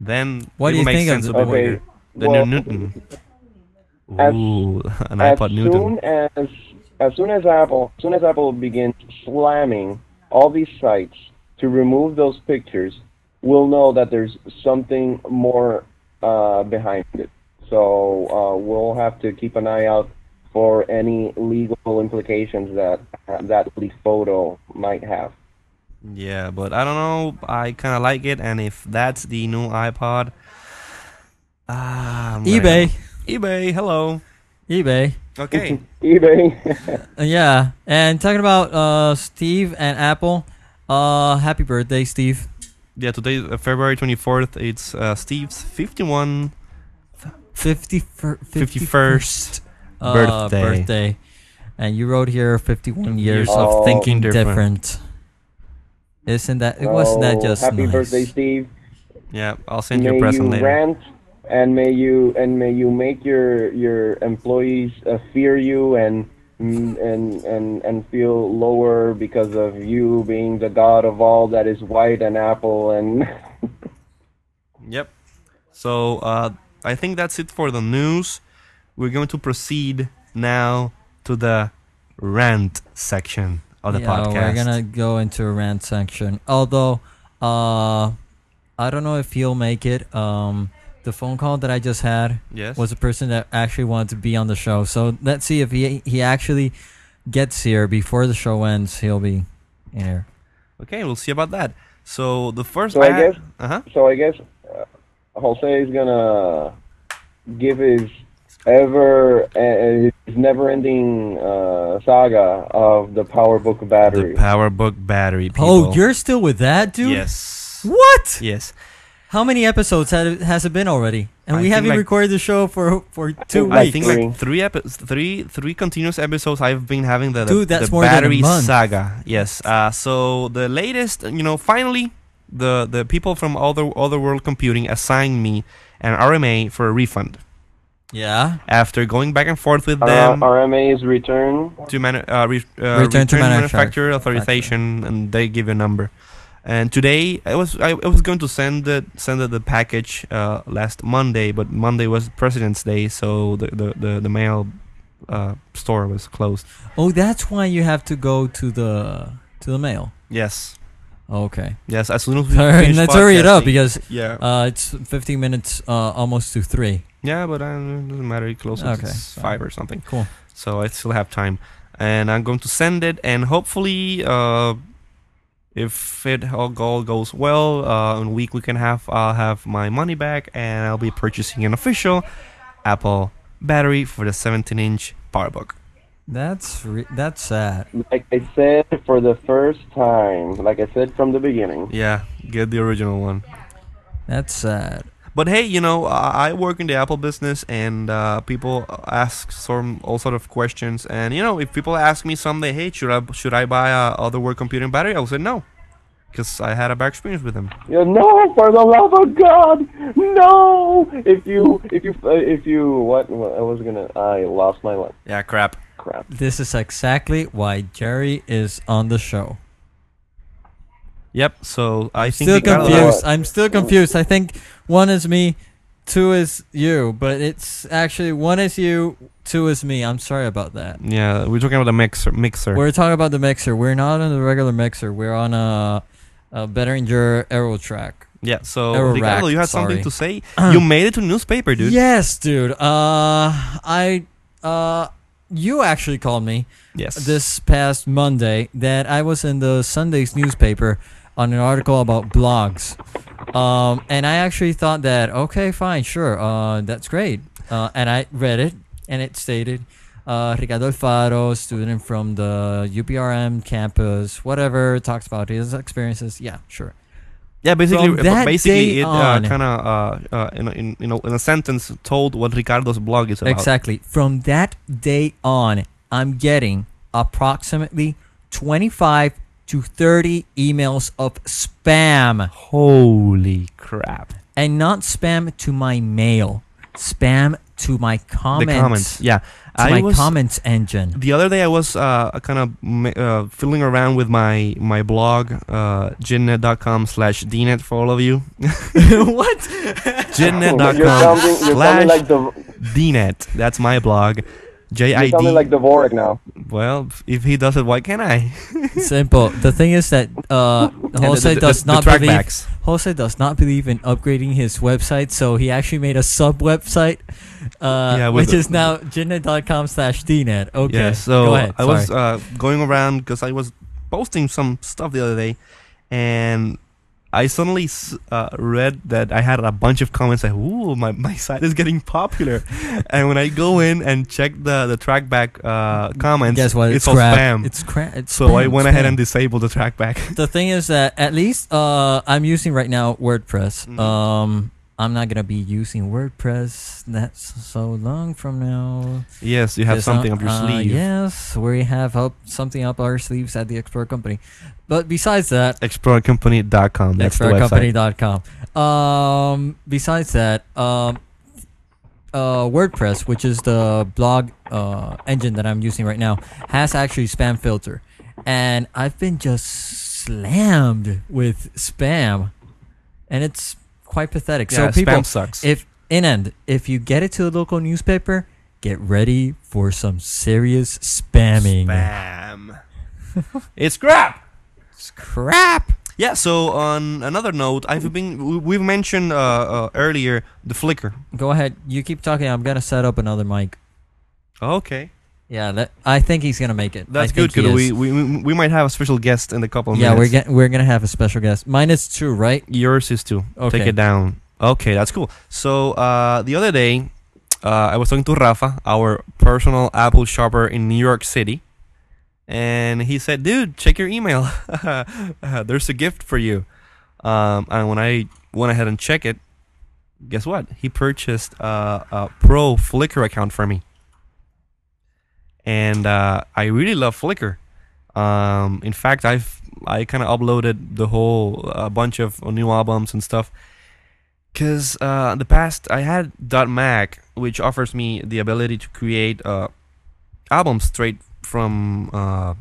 [SPEAKER 4] Then
[SPEAKER 3] What
[SPEAKER 4] it would
[SPEAKER 3] do you
[SPEAKER 4] make
[SPEAKER 3] think of
[SPEAKER 4] sense
[SPEAKER 3] the-
[SPEAKER 4] to be
[SPEAKER 2] Okay,
[SPEAKER 4] bigger. The
[SPEAKER 2] well,
[SPEAKER 4] new Newton.
[SPEAKER 2] as-
[SPEAKER 4] Ooh, an
[SPEAKER 2] as
[SPEAKER 4] iPod
[SPEAKER 2] soon
[SPEAKER 4] Newton.
[SPEAKER 2] as as soon as Apple as soon as Apple begins slamming all these sites to remove those pictures, we'll know that there's something more uh, behind it. So uh, we'll have to keep an eye out for any legal implications that that leaked photo might have.
[SPEAKER 4] Yeah, but I don't know. I kind of like it, and if that's the new iPod, ah, I'm gonna-
[SPEAKER 3] eBay,
[SPEAKER 4] eBay, hello.
[SPEAKER 3] eBay.
[SPEAKER 4] Okay,
[SPEAKER 2] eBay.
[SPEAKER 3] Uh, yeah, and talking about uh, Steve and Apple. Uh, happy birthday, Steve.
[SPEAKER 4] yeah, today uh, February twenty fourth. It's uh, Steve's 51
[SPEAKER 3] 50 fir-
[SPEAKER 4] 51st
[SPEAKER 3] uh,
[SPEAKER 4] birthday.
[SPEAKER 3] birthday. And you wrote here 51 years
[SPEAKER 4] years
[SPEAKER 3] of
[SPEAKER 2] Oh.
[SPEAKER 4] of thinking
[SPEAKER 3] different.
[SPEAKER 4] different.
[SPEAKER 3] Isn't that it? wasn't that
[SPEAKER 2] So,
[SPEAKER 3] just
[SPEAKER 2] Oh, happy
[SPEAKER 3] nice?
[SPEAKER 2] birthday, Steve?
[SPEAKER 4] Yeah, I'll send you
[SPEAKER 2] may
[SPEAKER 4] a present
[SPEAKER 2] you
[SPEAKER 4] later.
[SPEAKER 2] rant and may you and may you make your your employees uh, fear you and mm, and and and feel lower because of you being the god of all that is white and apple and
[SPEAKER 4] Yep. So uh, I think that's it for the news. We're going to proceed now to the rant section of the
[SPEAKER 3] yeah,
[SPEAKER 4] podcast.
[SPEAKER 3] We're gonna go into a rant section. Although, uh, I don't know if he'll make it. Um, the phone call that I just had
[SPEAKER 4] yes.
[SPEAKER 3] was a person that actually wanted to be on the show. So let's see if he he actually gets here before the show ends. He'll be in here.
[SPEAKER 4] Okay, we'll see about that. So the first.
[SPEAKER 2] So I guess-
[SPEAKER 4] Uh huh.
[SPEAKER 2] so i guess uh, jose is gonna give his ever uh, his never-ending uh, saga of the power book battery
[SPEAKER 4] The PowerBook battery. People.
[SPEAKER 3] Oh, you're still with that dude?
[SPEAKER 4] Yes.
[SPEAKER 3] What?
[SPEAKER 4] Yes.
[SPEAKER 3] How many episodes had it, has it been already? And
[SPEAKER 4] I
[SPEAKER 3] we
[SPEAKER 4] think
[SPEAKER 3] haven't
[SPEAKER 4] like-
[SPEAKER 3] recorded the show for for two
[SPEAKER 2] Like
[SPEAKER 4] I
[SPEAKER 3] weeks.
[SPEAKER 4] think like three epi- three three continuous episodes I've been having the, the,
[SPEAKER 3] Dude, that's
[SPEAKER 4] the
[SPEAKER 3] more than a
[SPEAKER 4] battery
[SPEAKER 3] month.
[SPEAKER 4] saga. Yes. Uh, so the latest, you know, finally the the people from other other world computing assigned me an RMA for a refund
[SPEAKER 3] yeah.
[SPEAKER 4] after going back and forth with
[SPEAKER 2] R-
[SPEAKER 4] them.
[SPEAKER 2] rma's return
[SPEAKER 4] to manu- uh, re- uh,
[SPEAKER 3] Return to manufacturer.
[SPEAKER 4] manufacturer authorization, and they give you a number. And today I was I, I was going to send the send the- the package uh, last Monday, but Monday was President's Day, so the the the, the mail uh, store was closed.
[SPEAKER 3] Oh, that's why you have to go to the to the mail.
[SPEAKER 4] Yes,
[SPEAKER 3] Okay.
[SPEAKER 4] yes. As soon as we finish
[SPEAKER 3] Let's hurry it up
[SPEAKER 4] podcasting-
[SPEAKER 3] because
[SPEAKER 4] yeah,
[SPEAKER 3] uh, it's 15 minutes uh, almost to 3.
[SPEAKER 4] yeah, but uh, it doesn't matter. It closes
[SPEAKER 3] Okay,
[SPEAKER 4] at five or something.
[SPEAKER 3] Cool.
[SPEAKER 4] so I still have time, and I'm going to send it, and hopefully, uh, if it all all goes well, uh, in a week we can have I'll have my money back, and I'll be purchasing an official Apple battery for the 17-inch PowerBook.
[SPEAKER 3] That's re- that's sad.
[SPEAKER 2] like I said for the first time, like I said from the beginning.
[SPEAKER 4] Yeah, get the original one.
[SPEAKER 3] That's sad.
[SPEAKER 4] But hey, you know, I I work in the Apple business, and uh, people ask some all sort of questions. And you know, if people ask me someday, hey, should I should I buy a otherware computing battery? I will say no, because I had a bad experience with them.
[SPEAKER 2] You know, no, for the love of God, no! If you, if you, uh, if you, what, what? I was gonna, I lost my line.
[SPEAKER 4] Yeah, crap.
[SPEAKER 2] Crap.
[SPEAKER 3] This is exactly why Jerry is on the show.
[SPEAKER 4] Yep. So I think
[SPEAKER 3] Still
[SPEAKER 4] we got a lot-
[SPEAKER 3] confused. I'm still confused. I think one is me, two is you, but it's actually one is you, two is me. I'm sorry about that.
[SPEAKER 4] Yeah, we're talking about a mixer. Mixer.
[SPEAKER 3] We're talking about the mixer. We're not on the regular mixer. We're on a, a better endure arrow track.
[SPEAKER 4] yeah. So
[SPEAKER 3] Error
[SPEAKER 4] Ricardo,
[SPEAKER 3] rack,
[SPEAKER 4] you had
[SPEAKER 3] sorry.
[SPEAKER 4] something to say. you made it to newspaper, dude.
[SPEAKER 3] Yes, dude. Uh, I uh, you actually called me
[SPEAKER 1] Yes.
[SPEAKER 3] this past Monday that I was in the Sunday's newspaper on an article about blogs. Um, and I actually thought that, okay, fine, sure, uh, that's great. Uh, and I read it, and it stated uh, Ricardo Alfaro, student from the UPRM campus, whatever, talks about his experiences. Yeah, sure.
[SPEAKER 4] Yeah, basically,
[SPEAKER 3] From
[SPEAKER 4] but
[SPEAKER 3] that
[SPEAKER 4] basically,
[SPEAKER 3] day
[SPEAKER 4] it uh,
[SPEAKER 3] on-
[SPEAKER 4] kind of uh, uh, in, a- in you know in a sentence told what Ricardo's blog is about.
[SPEAKER 3] Exactly. From that day on, I'm getting approximately 25 to 30 emails of spam.
[SPEAKER 4] Holy crap!
[SPEAKER 3] and not spam to my mail, spam to my comments,
[SPEAKER 4] The comments, yeah.
[SPEAKER 3] to my
[SPEAKER 4] I was
[SPEAKER 3] comments engine.
[SPEAKER 4] the other day. I was uh, kind of uh, fiddling around with my my blog, uh, ginnet.com slash dnet for all of you.
[SPEAKER 3] what?
[SPEAKER 2] You're
[SPEAKER 4] Ginnet.com
[SPEAKER 2] sounding, you're
[SPEAKER 4] slash
[SPEAKER 2] sounding like the
[SPEAKER 4] dnet. That's my blog. J
[SPEAKER 2] you're
[SPEAKER 4] I
[SPEAKER 2] sounding like
[SPEAKER 4] D.
[SPEAKER 2] Dvorak now.
[SPEAKER 4] Well, if he does it, why can't I?
[SPEAKER 3] Simple. The thing is that uh,
[SPEAKER 4] And the-
[SPEAKER 3] Jose
[SPEAKER 4] the-
[SPEAKER 3] does
[SPEAKER 4] the- the
[SPEAKER 3] not
[SPEAKER 4] track
[SPEAKER 3] believe.
[SPEAKER 4] backs.
[SPEAKER 3] Jose does not believe in upgrading his website, so he actually made a sub website, uh,
[SPEAKER 4] Yeah, with
[SPEAKER 3] which
[SPEAKER 4] the-
[SPEAKER 3] is now jinnah.com slash dnet. Okay.
[SPEAKER 4] Yeah, so
[SPEAKER 3] go ahead.
[SPEAKER 4] I
[SPEAKER 3] Sorry.
[SPEAKER 4] was uh, going around because I was posting some stuff the other day, and I suddenly s- uh, read that I had a bunch of comments like, "Ooh, my, my site is getting popular," and when I go in and check the the trackback uh, comments,
[SPEAKER 3] Guess what?
[SPEAKER 4] it's,
[SPEAKER 3] It's,
[SPEAKER 4] all
[SPEAKER 3] crap.
[SPEAKER 4] spam.
[SPEAKER 3] It's crap. It's
[SPEAKER 4] so I
[SPEAKER 3] spam,
[SPEAKER 4] went ahead and
[SPEAKER 3] spam.
[SPEAKER 4] disabled the trackback.
[SPEAKER 3] the thing is that at least uh, I'm using right now WordPress.
[SPEAKER 4] Mhm.
[SPEAKER 3] Um, I'm not gonna be using WordPress. That's so long from now.
[SPEAKER 4] yes, you have
[SPEAKER 3] Yes,
[SPEAKER 4] something
[SPEAKER 3] uh,
[SPEAKER 4] up your
[SPEAKER 3] uh,
[SPEAKER 4] sleeve.
[SPEAKER 3] yes, we have up something up our sleeves at the Explorer Company. But besides that,
[SPEAKER 4] ExploreCompany.com. That's the website.
[SPEAKER 3] expertcompany.com. Um, besides that, um, uh, WordPress, which is the blog uh, engine that I'm using right now, has actually spam filter, and I've been just slammed with spam, and it's quite pathetic.
[SPEAKER 4] Yeah,
[SPEAKER 3] so people,
[SPEAKER 4] spam sucks.
[SPEAKER 3] if in end, if you get it to a local newspaper, get ready for some serious spamming.
[SPEAKER 4] spam. it's crap.
[SPEAKER 3] It's crap.
[SPEAKER 4] Yeah. So on another note, I've been we- we've mentioned uh, uh, earlier the Flickr.
[SPEAKER 3] Go ahead. You keep talking. I'm gonna set up another mic.
[SPEAKER 4] Okay,
[SPEAKER 3] Yeah, that, I think he's gonna make it.
[SPEAKER 4] that's
[SPEAKER 3] I
[SPEAKER 4] good.
[SPEAKER 3] think he
[SPEAKER 4] Good.
[SPEAKER 3] is.
[SPEAKER 4] We, we we we might have a special guest in a couple of
[SPEAKER 3] yeah, we're
[SPEAKER 4] minutes.
[SPEAKER 3] get, we're gonna have a special guest. Mine is two, right?
[SPEAKER 4] yours is too.
[SPEAKER 3] Okay.
[SPEAKER 4] Take it down. Okay, that's cool. So uh, the other day, uh, I was talking to Rafa, our personal Apple shopper in New York City, and he said, "Dude, check your email. Uh, There's a gift for you." Um, and when I went ahead and checked it, guess what? He purchased uh, a pro Flickr account for me, and uh, I really love Flickr. Um, in fact, I've I kind of uploaded the whole a bunch of new albums and stuff. Cause uh, in the past I had .Mac, which offers me the ability to create uh, albums straight from uh,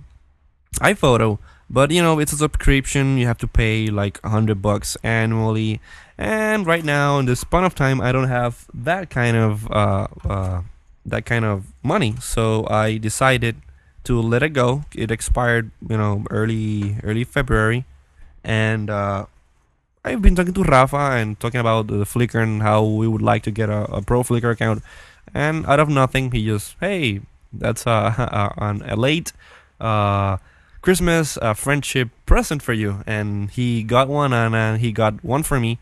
[SPEAKER 4] iPhoto. But you know, it's a subscription; you have to pay like a hundred bucks annually. And right now, in the span of time, I don't have that kind of uh, uh, that kind of money. So I decided to let it go. It expired, you know, early early February, and uh, I've been talking to Rafa and talking about the Flickr and how we would like to get a, a pro Flickr account. And out of nothing, he just, hey, that's uh, uh, on a late uh, Christmas uh, friendship present for you. And he got one, and uh, he got one for me,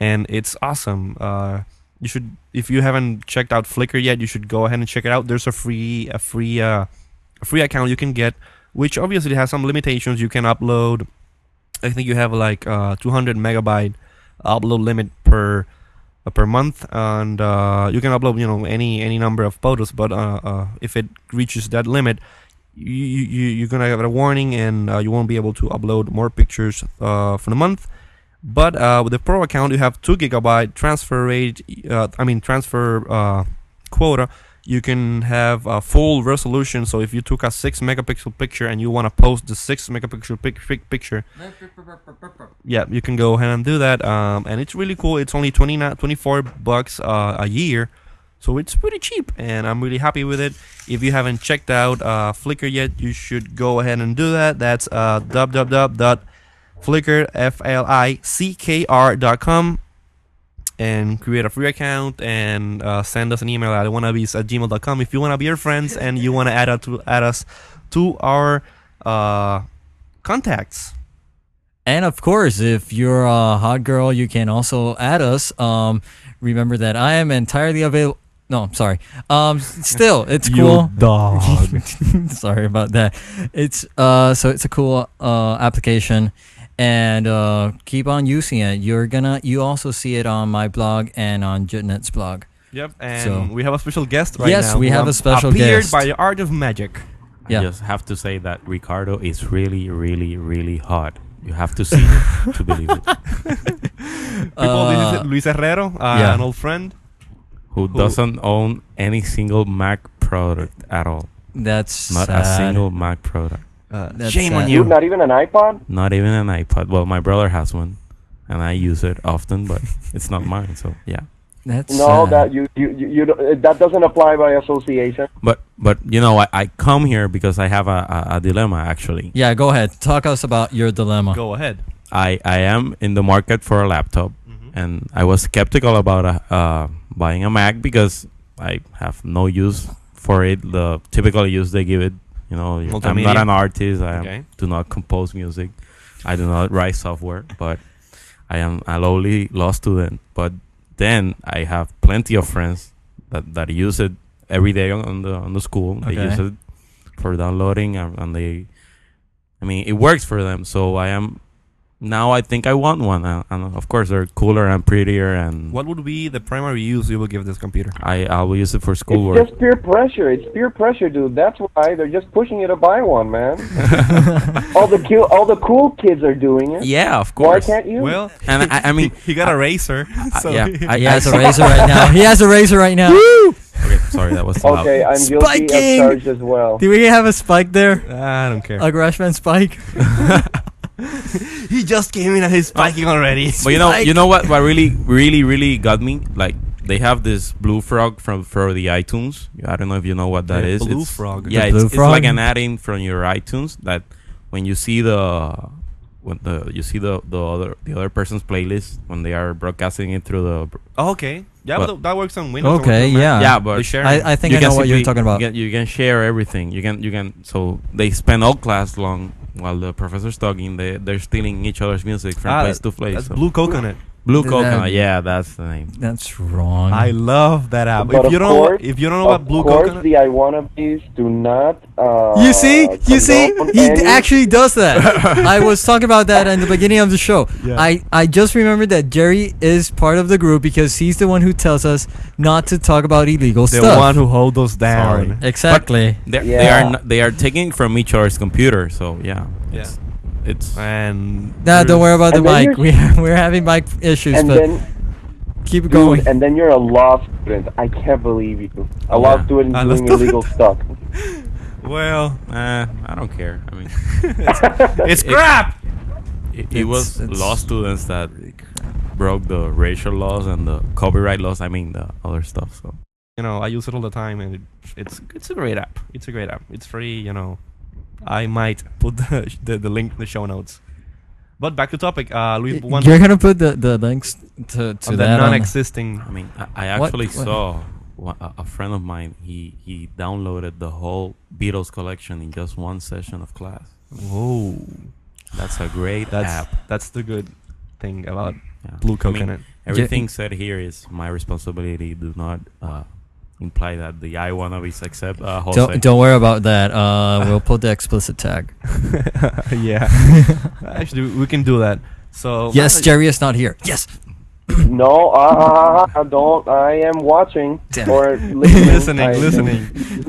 [SPEAKER 4] and it's awesome. Uh, you should, if you haven't checked out Flickr yet, you should go ahead and check it out. There's a free, a free, uh, a free account you can get, which obviously has some limitations. You can upload, I think you have like uh, 200 megabyte upload limit per uh, per month, and uh, you can upload you know any any number of photos. But uh, uh, if it reaches that limit, you you you're gonna have a warning, and uh, you won't be able to upload more pictures uh, for the month. But uh, with the pro account, you have two gigabyte transfer rate. Uh, I mean transfer uh, quota you can have a full resolution. So if you took a six megapixel picture and you want to post the six megapixel pic- pic- picture, yeah, you can go ahead and do that. Um, and it's really cool. It's only 29, 24 bucks uh, a year, so it's pretty cheap, and I'm really happy with it. If you haven't checked out uh, Flickr yet, you should go ahead and do that. That's uh, www.flickr f l i c k r dot com. and create a free account and uh, send us an email at wannabes at gmail.com if you want to be our friends and you want to add, us to- add us to our uh, contacts.
[SPEAKER 3] And of course, if you're a hot girl, you can also add us. Um, remember that I am entirely available. No, I'm sorry. Um, still, it's cool.
[SPEAKER 1] dog.
[SPEAKER 3] sorry about that. It's uh, so it's a cool uh application, and uh, keep on using it. You're gonna you also see it on my blog and on Jetnet's blog.
[SPEAKER 4] Yep. And
[SPEAKER 3] So-
[SPEAKER 4] we have a special guest right
[SPEAKER 3] Yes,
[SPEAKER 4] now.
[SPEAKER 3] we
[SPEAKER 4] who
[SPEAKER 3] have a
[SPEAKER 4] ap-
[SPEAKER 3] special
[SPEAKER 4] appeared
[SPEAKER 3] guest.
[SPEAKER 4] by the art of magic.
[SPEAKER 3] Yeah.
[SPEAKER 1] I just have to say that Ricardo is really, really, really hot. You have to see it to believe it.
[SPEAKER 4] People, this
[SPEAKER 3] Uh,
[SPEAKER 4] is Luis Herrero, uh,
[SPEAKER 3] yeah.
[SPEAKER 4] an old friend.
[SPEAKER 1] Who doesn't own any single Mac product at all?
[SPEAKER 3] That's
[SPEAKER 1] Not a
[SPEAKER 3] sad.
[SPEAKER 1] single Mac product.
[SPEAKER 4] Uh,
[SPEAKER 3] That's
[SPEAKER 4] shame on
[SPEAKER 3] sad.
[SPEAKER 4] you.
[SPEAKER 2] Dude, not even an iPod?
[SPEAKER 1] Not even an iPod. Well, my brother has one, and I use it often, but it's not mine. So yeah.
[SPEAKER 3] That's
[SPEAKER 2] No,
[SPEAKER 3] sad.
[SPEAKER 2] that you you you, you don't- that doesn't apply by association.
[SPEAKER 1] But but you know, I, I come here because I have a, a, a dilemma actually.
[SPEAKER 3] Yeah, go ahead. Talk us about your dilemma.
[SPEAKER 4] Go ahead. Mm-hmm.
[SPEAKER 1] I, I am in the market for a laptop, and I was skeptical about uh, uh, buying a Mac because I have no use for it. The typical use they give it, you know, I'm not
[SPEAKER 4] Multimedia?
[SPEAKER 1] an artist. I am-
[SPEAKER 4] Okay.
[SPEAKER 1] do not compose music. I do not write software, but I am a lowly law student. But then I have plenty of friends that, that use it every day on, on the on the school. They
[SPEAKER 3] Okay.
[SPEAKER 1] use it for downloading, and, and they, I mean, it works for them. So I am now. I think I want one, uh, and of course they're cooler and prettier, and
[SPEAKER 4] What would be the primary use you will give this computer?
[SPEAKER 1] I I will use it for
[SPEAKER 2] It's
[SPEAKER 1] schoolwork.
[SPEAKER 2] just peer pressure. It's peer pressure, dude. That's why they're just pushing you to buy one, man. all the cool, all the cool kids are doing it.
[SPEAKER 1] Yeah, of
[SPEAKER 2] Why
[SPEAKER 1] course.
[SPEAKER 2] can't you?
[SPEAKER 4] Well,
[SPEAKER 1] And I, I mean,
[SPEAKER 4] he got a razor. so
[SPEAKER 1] yeah, I,
[SPEAKER 3] He
[SPEAKER 1] I-
[SPEAKER 3] has a razor right now. He has a razor right now.
[SPEAKER 1] okay, sorry, that was too loud.
[SPEAKER 2] okay, I'm guilty
[SPEAKER 3] Spiking!
[SPEAKER 2] of charge as well.
[SPEAKER 3] Do we have a spike there?
[SPEAKER 4] I don't care.
[SPEAKER 3] A Grashman spike?
[SPEAKER 4] He just came in and he's spiking already.
[SPEAKER 1] But you know, you know what? What really, really, really got me? Like they have this blue frog from for the iTunes. I don't know if you know what that
[SPEAKER 4] The
[SPEAKER 1] is.
[SPEAKER 4] Blue
[SPEAKER 1] It's-
[SPEAKER 4] Frog.
[SPEAKER 1] Yeah,
[SPEAKER 3] The
[SPEAKER 1] it's,
[SPEAKER 3] Blue
[SPEAKER 1] it's like
[SPEAKER 3] Frog.
[SPEAKER 1] an add-in from your iTunes that when you see the when the you see the the other the other person's playlist when they are broadcasting it through the
[SPEAKER 4] Oh, okay. Yeah, but
[SPEAKER 1] But-
[SPEAKER 4] that works on Windows.
[SPEAKER 3] Okay, yeah.
[SPEAKER 1] yeah, but
[SPEAKER 4] They Uh, share.
[SPEAKER 3] I, I think
[SPEAKER 1] you
[SPEAKER 3] I
[SPEAKER 1] can
[SPEAKER 3] know what you're
[SPEAKER 1] simply-
[SPEAKER 3] talking about.
[SPEAKER 1] You can, you can share everything. You can you can so they spend all class long while the professor's talking. They they're stealing each other's music from
[SPEAKER 4] Ah,
[SPEAKER 1] place to place.
[SPEAKER 4] That's
[SPEAKER 1] so- Uh-huh.
[SPEAKER 4] Blue Coconut.
[SPEAKER 1] Blue
[SPEAKER 3] That-
[SPEAKER 1] coconut. Yeah, that's the name.
[SPEAKER 3] That's wrong.
[SPEAKER 4] I love that app.
[SPEAKER 2] But
[SPEAKER 4] if you
[SPEAKER 2] of
[SPEAKER 4] don't,
[SPEAKER 2] course-
[SPEAKER 4] if you don't know what
[SPEAKER 2] of
[SPEAKER 4] Blue
[SPEAKER 2] course,
[SPEAKER 4] Coconut,
[SPEAKER 2] the I wanna bees do not. Uh,
[SPEAKER 3] you see? You see?
[SPEAKER 2] condone
[SPEAKER 3] He d-
[SPEAKER 2] any-
[SPEAKER 3] actually does that. I was talking about that in the beginning of the show.
[SPEAKER 4] Yeah.
[SPEAKER 3] I, I just remembered that Jerry is part of the group because he's the one who tells us not to talk about illegal
[SPEAKER 4] the
[SPEAKER 3] stuff.
[SPEAKER 4] one who hold those down.
[SPEAKER 1] Sorry.
[SPEAKER 3] exactly.
[SPEAKER 1] They're, They are
[SPEAKER 2] Yeah.
[SPEAKER 1] n- they are taking from each other's computer. So yeah, it's it's
[SPEAKER 4] And
[SPEAKER 3] Nah, don't worry about the mic.
[SPEAKER 2] And then
[SPEAKER 3] We, we're having mic issues,
[SPEAKER 2] And
[SPEAKER 3] but
[SPEAKER 2] then,
[SPEAKER 3] keep going.
[SPEAKER 2] dude, and then you're a law student. I can't believe you. A law
[SPEAKER 1] Yeah.
[SPEAKER 2] student
[SPEAKER 4] A law
[SPEAKER 2] doing
[SPEAKER 4] student.
[SPEAKER 2] illegal stuff.
[SPEAKER 4] Well,
[SPEAKER 1] uh, I don't care. I mean,
[SPEAKER 4] it's crap.
[SPEAKER 1] it, it
[SPEAKER 3] It's-
[SPEAKER 1] was
[SPEAKER 3] it's-
[SPEAKER 1] law students that broke the racial laws and the copyright laws. I mean the other stuff. So
[SPEAKER 4] You know, I use it all the time, and it, it's it's a great app. It's a great app. It's free. You know, I might put the the, the link in the show notes. But back to topic. Uh, Luis, one
[SPEAKER 3] You're gonna put the, the links to, to
[SPEAKER 4] on the
[SPEAKER 3] that on the-
[SPEAKER 4] non-existing.
[SPEAKER 1] I mean, I, I
[SPEAKER 3] What-
[SPEAKER 1] actually
[SPEAKER 3] what-
[SPEAKER 1] saw wha- a a friend of mine. He he downloaded the whole Beatles collection in just one session of class.
[SPEAKER 4] Whoa,
[SPEAKER 1] That's a great
[SPEAKER 4] that's
[SPEAKER 1] app.
[SPEAKER 4] that's the good thing about
[SPEAKER 1] Yeah.
[SPEAKER 4] Blue
[SPEAKER 1] I mean,
[SPEAKER 4] Coconut.
[SPEAKER 1] Everything said here is my responsibility. Do not uh, imply that the I wanna be accept uh, Jose.
[SPEAKER 3] Don't don't worry about that. Uh, we'll put the explicit tag.
[SPEAKER 4] yeah, actually, we can do that. So
[SPEAKER 3] Yes, Jerry is not here. Yes.
[SPEAKER 2] No, uh, I don't. I am watching
[SPEAKER 3] Damn it.
[SPEAKER 2] or listening.
[SPEAKER 4] listening,
[SPEAKER 2] I am-
[SPEAKER 4] listening.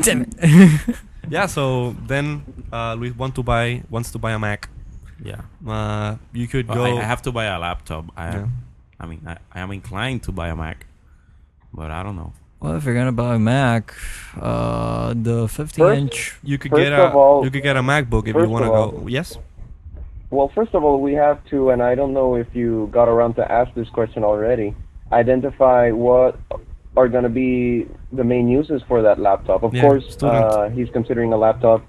[SPEAKER 3] Damn it.
[SPEAKER 4] Yeah. So then, uh, Luis want to buy wants to buy a Mac.
[SPEAKER 1] Yeah.
[SPEAKER 4] Uh, you could
[SPEAKER 1] Well,
[SPEAKER 4] go.
[SPEAKER 1] Oh, I, I have to buy a laptop. I,
[SPEAKER 4] Yeah.
[SPEAKER 1] I mean, I, I am inclined to buy a Mac, but I don't know.
[SPEAKER 3] well, if you're gonna buy a Mac, uh, the 15
[SPEAKER 2] First-
[SPEAKER 3] inch.
[SPEAKER 4] You could
[SPEAKER 2] First
[SPEAKER 4] get a
[SPEAKER 2] of all-
[SPEAKER 4] you could get a MacBook if
[SPEAKER 2] first
[SPEAKER 4] you
[SPEAKER 2] of
[SPEAKER 4] want to go.
[SPEAKER 2] all-
[SPEAKER 4] Yes.
[SPEAKER 2] Well, first of all, we have to, and I don't know if you got around to ask this question already. Identify what are going to be the main uses for that laptop. Of
[SPEAKER 4] Yeah,
[SPEAKER 2] course,
[SPEAKER 4] student.
[SPEAKER 2] uh, he's considering a laptop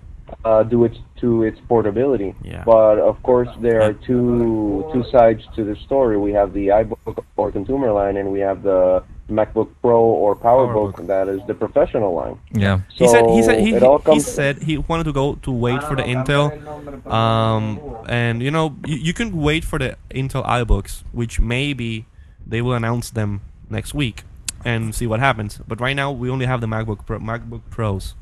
[SPEAKER 2] uh, due its, to its portability.
[SPEAKER 1] Yeah.
[SPEAKER 2] But of course, there are two two sides to the story. We have the iBook or consumer line, and we have the MacBook Pro or PowerBook, that is the professional line.
[SPEAKER 3] Yeah.
[SPEAKER 4] he said he said
[SPEAKER 2] So
[SPEAKER 4] he,
[SPEAKER 2] it all
[SPEAKER 4] he
[SPEAKER 2] comes-
[SPEAKER 4] said he wanted to go to wait for the Intel, um, and you know you, you can wait for the Intel iBooks, which maybe they will announce them next week and see what happens. But right now we only have the MacBook Pro, MacBook Pros,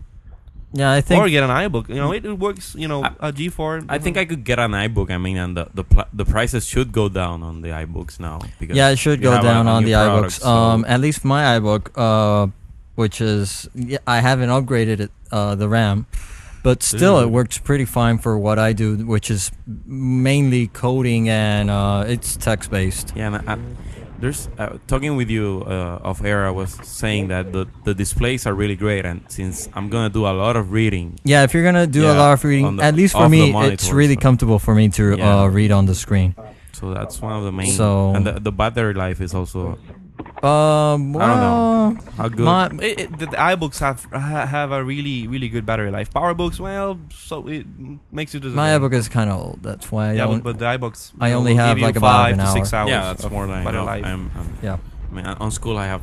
[SPEAKER 3] Yeah, I
[SPEAKER 4] or
[SPEAKER 3] think
[SPEAKER 4] get an iBook. You know it, it works. You know
[SPEAKER 1] I-
[SPEAKER 4] a G4.
[SPEAKER 1] I think I could get an iBook. I mean, and the the, pl- the prices should go down on the iBooks now. Because
[SPEAKER 3] yeah, it should
[SPEAKER 1] you
[SPEAKER 3] go
[SPEAKER 1] have a-
[SPEAKER 3] down
[SPEAKER 1] a
[SPEAKER 3] on
[SPEAKER 1] new
[SPEAKER 3] the
[SPEAKER 1] product,
[SPEAKER 3] iBooks.
[SPEAKER 1] so-
[SPEAKER 3] Um, at least my iBook, uh, which is yeah, I haven't upgraded it, uh, the RAM, but still it
[SPEAKER 1] Dude.
[SPEAKER 3] works pretty fine for what I do, which is mainly coding and uh, it's text based.
[SPEAKER 1] Yeah, and I, there's uh, talking with you uh, off air. I was saying that the, the displays are really great, and since I'm gonna do a lot of reading,
[SPEAKER 3] Yeah, if you're gonna do a
[SPEAKER 1] Yeah,
[SPEAKER 3] lot of reading,
[SPEAKER 1] on the-
[SPEAKER 3] at least for
[SPEAKER 1] off the
[SPEAKER 3] me, it's
[SPEAKER 1] monitor,
[SPEAKER 3] really
[SPEAKER 1] so-
[SPEAKER 3] comfortable for me to
[SPEAKER 1] Yeah.
[SPEAKER 3] uh, read on the screen.
[SPEAKER 1] so that's one of the main.
[SPEAKER 3] So-
[SPEAKER 1] and the, the battery life is also
[SPEAKER 3] Um,
[SPEAKER 1] I don't know.
[SPEAKER 3] well,
[SPEAKER 1] how good.
[SPEAKER 3] my-
[SPEAKER 4] It, it, the, the iBooks have ha- have a really really good battery life. PowerBooks, well, so it makes you do the
[SPEAKER 3] my
[SPEAKER 4] same.
[SPEAKER 3] iBook is kind of old. That's why I
[SPEAKER 4] yeah,
[SPEAKER 3] don't.
[SPEAKER 4] but, but the iBooks.
[SPEAKER 3] I
[SPEAKER 4] you know,
[SPEAKER 3] only
[SPEAKER 4] will
[SPEAKER 3] have
[SPEAKER 4] give you
[SPEAKER 3] like about
[SPEAKER 4] five
[SPEAKER 3] an
[SPEAKER 4] to six hours.
[SPEAKER 1] yeah, that's
[SPEAKER 4] of
[SPEAKER 1] more than
[SPEAKER 4] battery
[SPEAKER 1] enough.
[SPEAKER 4] life.
[SPEAKER 1] I'm, I'm,
[SPEAKER 3] yeah.
[SPEAKER 1] I mean, on school I have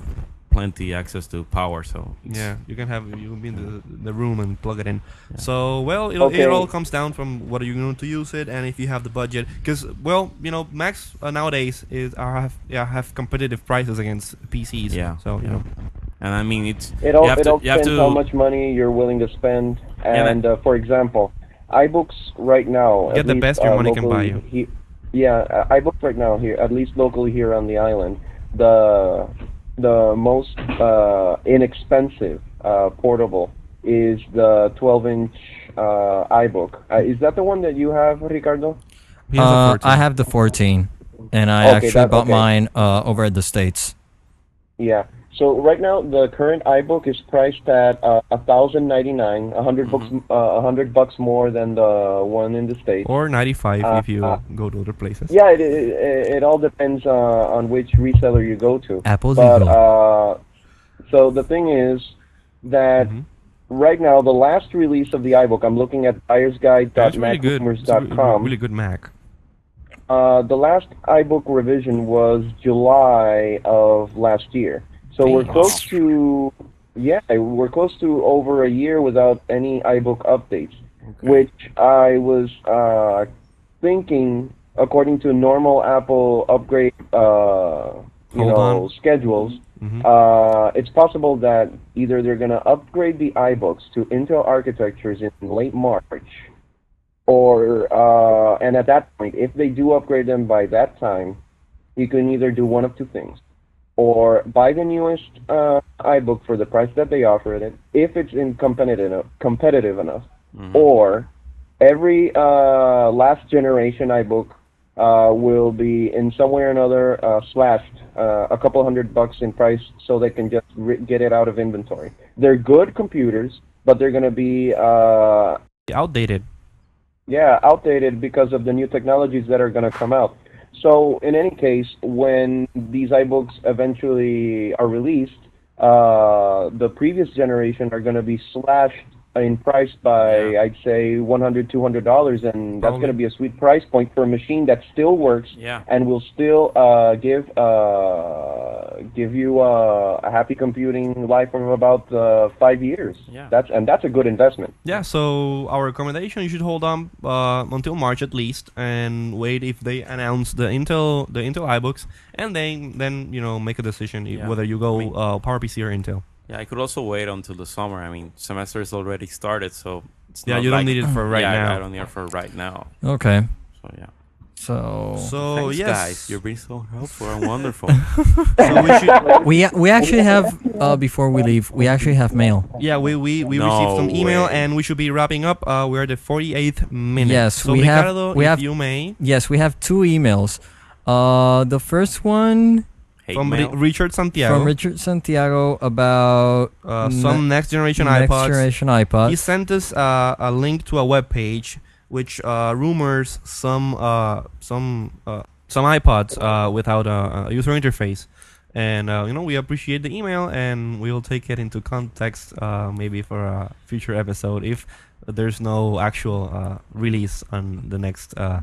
[SPEAKER 1] plenty access to power, so it's-
[SPEAKER 4] Yeah, you can have you can be in the, the room and plug it in.
[SPEAKER 1] Yeah.
[SPEAKER 4] So well, it,
[SPEAKER 2] Okay.
[SPEAKER 4] it all comes down from what are you going to use it and if you have the budget. Because well, you know, Macs uh, nowadays is are have yeah have competitive prices against PCs.
[SPEAKER 1] Yeah,
[SPEAKER 4] So you
[SPEAKER 1] yeah.
[SPEAKER 4] know,
[SPEAKER 1] And I mean, it's
[SPEAKER 2] It all
[SPEAKER 1] you have
[SPEAKER 2] it
[SPEAKER 1] to
[SPEAKER 2] all
[SPEAKER 1] you have
[SPEAKER 2] depends
[SPEAKER 1] to
[SPEAKER 2] how much money you're willing to spend.
[SPEAKER 1] Yeah,
[SPEAKER 2] And uh, for example, iBooks right now
[SPEAKER 4] Get
[SPEAKER 2] at
[SPEAKER 4] the
[SPEAKER 2] least,
[SPEAKER 4] best your
[SPEAKER 2] uh,
[SPEAKER 4] money can buy
[SPEAKER 2] locally he- yeah, uh, iBooks right now here, at least locally here on the island, the the most uh, inexpensive uh, portable is the 12-inch uh, iBook. Uh, is that the one that you have, Ricardo?
[SPEAKER 4] He has a
[SPEAKER 3] Uh,
[SPEAKER 4] 14.
[SPEAKER 3] I have the 14, and I
[SPEAKER 2] Okay,
[SPEAKER 3] actually
[SPEAKER 2] that-
[SPEAKER 3] bought
[SPEAKER 2] okay.
[SPEAKER 3] mine uh, over at the states.
[SPEAKER 2] Yeah. So right now the current iBook is priced at uh, a thousand ninety nine, a 100
[SPEAKER 4] Mm-hmm.
[SPEAKER 2] bucks, uh, a hundred bucks more than the one in the states.
[SPEAKER 4] or 95
[SPEAKER 2] Uh,
[SPEAKER 4] if you
[SPEAKER 2] uh,
[SPEAKER 4] go to other places.
[SPEAKER 2] Yeah, it, it, it all depends uh, on which reseller you go to.
[SPEAKER 3] Apple's
[SPEAKER 2] But
[SPEAKER 3] evil.
[SPEAKER 2] uh, so the thing is that
[SPEAKER 4] Mhm.
[SPEAKER 2] right now the last release of the iBook, I'm looking at
[SPEAKER 4] That's really good. It's a re-
[SPEAKER 2] buyersguide.macbookers.com.
[SPEAKER 4] really good Mac.
[SPEAKER 2] Uh, the last iBook revision was July of last year. So we're
[SPEAKER 1] Damn.
[SPEAKER 2] close to yeah, we're close to over a year without any iBook updates, which I was uh, thinking according to normal Apple upgrade uh, you
[SPEAKER 4] Hold
[SPEAKER 2] know
[SPEAKER 4] on.
[SPEAKER 2] schedules.
[SPEAKER 4] Mhm.
[SPEAKER 2] Uh, it's possible that either they're going to upgrade the iBooks to Intel architectures in late March, or uh, and at that point, if they do upgrade them by that time, you can either do one of two things, or buy the newest uh, iBook for the price that they offer it, if it's in competitive enough, competitive enough,
[SPEAKER 1] Mhm.
[SPEAKER 2] or every uh, last generation iBook uh, will be in some way or another uh, slashed uh, a couple hundred bucks in price so they can just ri get it out of inventory. They're good computers, but they're going to be uh,
[SPEAKER 4] Outdated.
[SPEAKER 2] yeah, outdated because of the new technologies that are going to come out. So, in any case, when these iBooks eventually are released, uh, the previous generation are going to be slashed in price by,
[SPEAKER 1] Yeah.
[SPEAKER 2] I'd say, $100, $200, and that's
[SPEAKER 4] Probably.
[SPEAKER 2] going to be a sweet price point for a machine that still works
[SPEAKER 1] yeah.
[SPEAKER 2] and will still uh, give uh, give you uh, a happy computing life of about uh, five years.
[SPEAKER 1] Yeah.
[SPEAKER 2] That's and that's a good investment.
[SPEAKER 4] Yeah, so our recommendation you should hold on uh, until March at least and wait if they announce the Intel the Intel iBooks and then then you know make a decision i-
[SPEAKER 1] Yeah.
[SPEAKER 4] whether you go
[SPEAKER 1] I mean-
[SPEAKER 4] uh, PowerPC or Intel.
[SPEAKER 1] Yeah, I could also wait until the summer. I mean, semester is already started, so it's
[SPEAKER 4] Yeah,
[SPEAKER 1] not
[SPEAKER 4] you
[SPEAKER 1] like-
[SPEAKER 4] don't need it for right
[SPEAKER 1] yeah, I- I
[SPEAKER 4] now.
[SPEAKER 1] don't need it for right now.
[SPEAKER 3] Okay,
[SPEAKER 1] So yeah.
[SPEAKER 3] so,
[SPEAKER 4] So
[SPEAKER 1] Thanks,
[SPEAKER 4] yes,
[SPEAKER 1] guys, you're being so helpful and wonderful.
[SPEAKER 4] so we should,
[SPEAKER 3] we we actually have uh, before we leave, we actually have mail.
[SPEAKER 4] yeah we we, we
[SPEAKER 1] No
[SPEAKER 4] received some email
[SPEAKER 1] way.
[SPEAKER 4] and we should be wrapping up. Uh, we're at the 48th minute.
[SPEAKER 3] Yes,
[SPEAKER 4] so
[SPEAKER 3] we have-
[SPEAKER 4] Ricardo,
[SPEAKER 3] we
[SPEAKER 4] if
[SPEAKER 3] have-
[SPEAKER 4] you may
[SPEAKER 3] Yes, we have two emails. Uh, the first one
[SPEAKER 1] Hate
[SPEAKER 4] from Ri-
[SPEAKER 1] mail.
[SPEAKER 4] Richard Santiago
[SPEAKER 3] from Richard Santiago about
[SPEAKER 4] uh, some next generation
[SPEAKER 3] next
[SPEAKER 4] iPods.
[SPEAKER 3] generation
[SPEAKER 4] He
[SPEAKER 3] iPods.
[SPEAKER 4] sent us uh, a link to a web page which uh, rumors some uh, some uh, some iPods uh, without a, a user interface, And uh, you know, we appreciate the email, and we'll take it into context uh, maybe for a future episode if there's no actual uh, release on the next uh,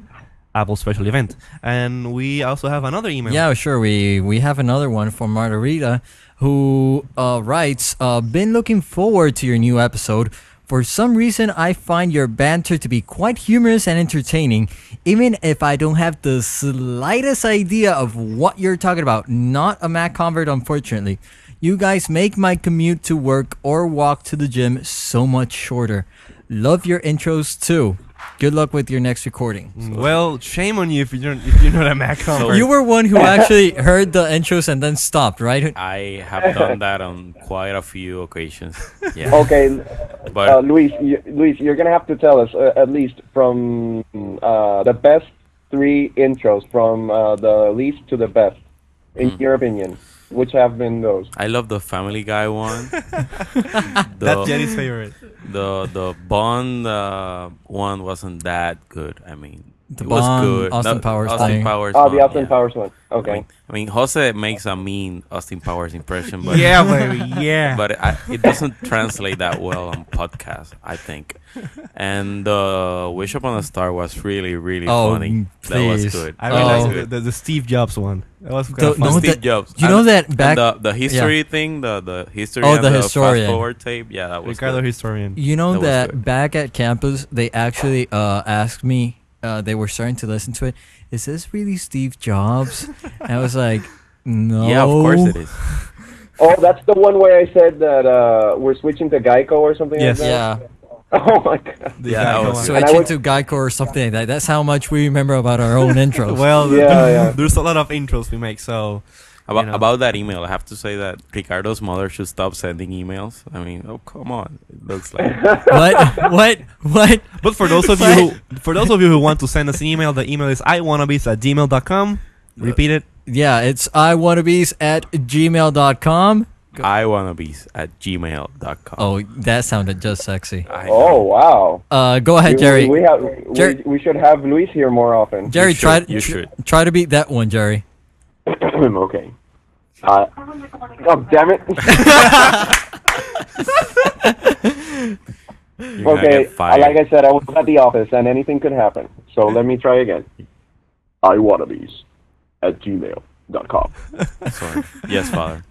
[SPEAKER 4] Apple special event. And we also have another email.
[SPEAKER 3] Yeah, sure. We we have another one from Margarita, who uh, writes, uh, "Been looking forward to your new episode. For some reason, I find your banter to be quite humorous and entertaining, even if I don't have the slightest idea of what you're talking about. Not a Mac convert, unfortunately. You guys make my commute to work or walk to the gym so much shorter. Love your intros too. Good luck with your next recording."
[SPEAKER 4] Mm. Well, shame on you if you don't if you're not a Mac convert.
[SPEAKER 3] You were one who actually heard the intros and then stopped, right?
[SPEAKER 1] I have done that on quite a few occasions. Yeah.
[SPEAKER 2] Okay,
[SPEAKER 1] But
[SPEAKER 2] uh, Luis, you, Luis, you're gonna have to tell us uh, at least from uh, the best three intros, from uh, the least to the best, in your opinion, which have been those?
[SPEAKER 1] I love the Family Guy one.
[SPEAKER 4] That's
[SPEAKER 1] the,
[SPEAKER 4] Jenny's favorite.
[SPEAKER 1] the the Bond uh, one wasn't that good. I mean,
[SPEAKER 3] The
[SPEAKER 1] it was
[SPEAKER 3] Bond,
[SPEAKER 1] good.
[SPEAKER 3] Austin
[SPEAKER 1] No,
[SPEAKER 3] Powers
[SPEAKER 1] Austin
[SPEAKER 3] thing.
[SPEAKER 1] Powers.
[SPEAKER 2] Oh, the
[SPEAKER 1] one,
[SPEAKER 2] Austin
[SPEAKER 1] yeah.
[SPEAKER 2] Powers one.
[SPEAKER 1] I
[SPEAKER 2] Okay.
[SPEAKER 1] mean, I mean, Jose makes a mean Austin Powers impression, but
[SPEAKER 4] yeah, baby. Yeah.
[SPEAKER 1] but I, it doesn't translate that well on podcast, I think. And uh, Wish Upon a Star was really, really
[SPEAKER 3] Oh,
[SPEAKER 1] funny. That
[SPEAKER 3] please.
[SPEAKER 1] was good.
[SPEAKER 4] I
[SPEAKER 1] That
[SPEAKER 4] realized
[SPEAKER 1] was
[SPEAKER 3] Oh.
[SPEAKER 4] the,
[SPEAKER 1] good.
[SPEAKER 4] the, the Steve Jobs one. That was kind
[SPEAKER 3] The-
[SPEAKER 4] of fun.
[SPEAKER 3] no,
[SPEAKER 1] Steve
[SPEAKER 3] that-
[SPEAKER 1] Jobs.
[SPEAKER 3] you know that
[SPEAKER 1] and
[SPEAKER 3] back-
[SPEAKER 1] the, the history thing, the the history.
[SPEAKER 3] Oh,
[SPEAKER 1] and
[SPEAKER 3] the
[SPEAKER 1] the
[SPEAKER 3] historian.
[SPEAKER 1] Fast forward tape. Yeah, that was.
[SPEAKER 4] Ricardo
[SPEAKER 1] good.
[SPEAKER 4] historian.
[SPEAKER 3] You know
[SPEAKER 1] That was
[SPEAKER 3] that,
[SPEAKER 1] good.
[SPEAKER 3] back at campus, they actually uh, asked me. Uh, they were starting to listen to it. Is this really Steve Jobs? and I was like, No.
[SPEAKER 1] Yeah, of course it is.
[SPEAKER 2] Oh, that's the one where I said that uh, we're switching to Geico or something
[SPEAKER 4] Yes.
[SPEAKER 2] like that.
[SPEAKER 3] Yeah,
[SPEAKER 2] Oh my god.
[SPEAKER 4] The
[SPEAKER 1] Yeah, that was
[SPEAKER 4] Geico one.
[SPEAKER 1] good.
[SPEAKER 3] switch
[SPEAKER 2] I would-
[SPEAKER 3] into Geico or something like that. That's how much we remember about our own intros.
[SPEAKER 4] Well,
[SPEAKER 2] Yeah, yeah.
[SPEAKER 4] there's a lot of intros we make, so
[SPEAKER 1] About
[SPEAKER 4] know.
[SPEAKER 1] about that email, I have to say that Ricardo's mother should stop sending emails. I mean, oh come on, it looks like
[SPEAKER 3] what? What? What?
[SPEAKER 4] But for those of you who, for those of you who want to send us an email, the email is iwannabes at gmail.com. Repeat it.
[SPEAKER 3] Yeah, it's iwannabes at gmail.com.
[SPEAKER 1] I wanna be at gmail.com.
[SPEAKER 3] Oh, that sounded just sexy.
[SPEAKER 1] I know.
[SPEAKER 2] Oh wow.
[SPEAKER 3] Uh, go ahead,
[SPEAKER 2] We-
[SPEAKER 3] Jerry.
[SPEAKER 2] We, we have.
[SPEAKER 3] Jerry-
[SPEAKER 2] We, we should have Luis here more often.
[SPEAKER 3] Jerry,
[SPEAKER 1] You should,
[SPEAKER 3] try
[SPEAKER 1] you
[SPEAKER 3] tr-
[SPEAKER 1] should.
[SPEAKER 3] try to beat that one, Jerry.
[SPEAKER 2] okay. Uh, oh damn it.
[SPEAKER 1] You're gonna
[SPEAKER 2] Okay,
[SPEAKER 1] get
[SPEAKER 2] I-
[SPEAKER 1] fired.
[SPEAKER 2] like I said, I was at the office and anything could happen. So let me try again. I wannabes at gmail.com.
[SPEAKER 1] Sorry. Yes, father.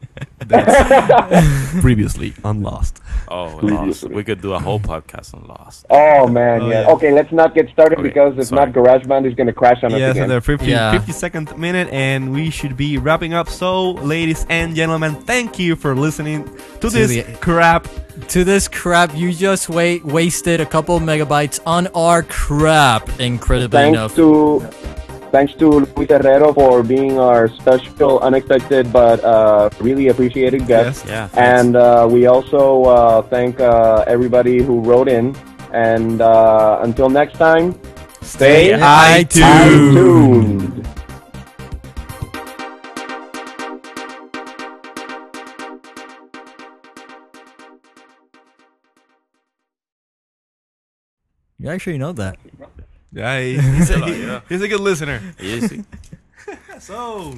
[SPEAKER 4] Previously on Lost.
[SPEAKER 1] Oh, Lost.
[SPEAKER 2] Previously.
[SPEAKER 1] We could do a whole podcast on Lost.
[SPEAKER 2] Oh man,
[SPEAKER 4] Oh,
[SPEAKER 2] yeah.
[SPEAKER 4] yeah.
[SPEAKER 2] Okay, let's not get started
[SPEAKER 1] Okay,
[SPEAKER 2] because if
[SPEAKER 1] sorry.
[SPEAKER 2] not, GarageBand is gonna crash on
[SPEAKER 4] Yes,
[SPEAKER 2] us
[SPEAKER 4] in
[SPEAKER 2] again.
[SPEAKER 4] the 50,
[SPEAKER 3] Yeah.
[SPEAKER 4] 52nd minute, and we should be wrapping up. So, ladies and gentlemen, thank you for listening to, this
[SPEAKER 3] the-
[SPEAKER 4] crap.
[SPEAKER 3] to this crap. You just wait wasted a couple megabytes on our crap. Incredibly
[SPEAKER 2] Thanks
[SPEAKER 3] enough.
[SPEAKER 2] to thanks to Luis Herrero for being our special, unexpected but uh, really appreciated guest.
[SPEAKER 1] Yeah. thanks.
[SPEAKER 2] And uh, we also uh, thank uh, everybody who wrote in. And uh, until next time, stay tuned.
[SPEAKER 3] You actually know that.
[SPEAKER 4] Yeah, he's, a,
[SPEAKER 1] Yeah.
[SPEAKER 4] he's a good listener.
[SPEAKER 1] Easy.
[SPEAKER 4] So.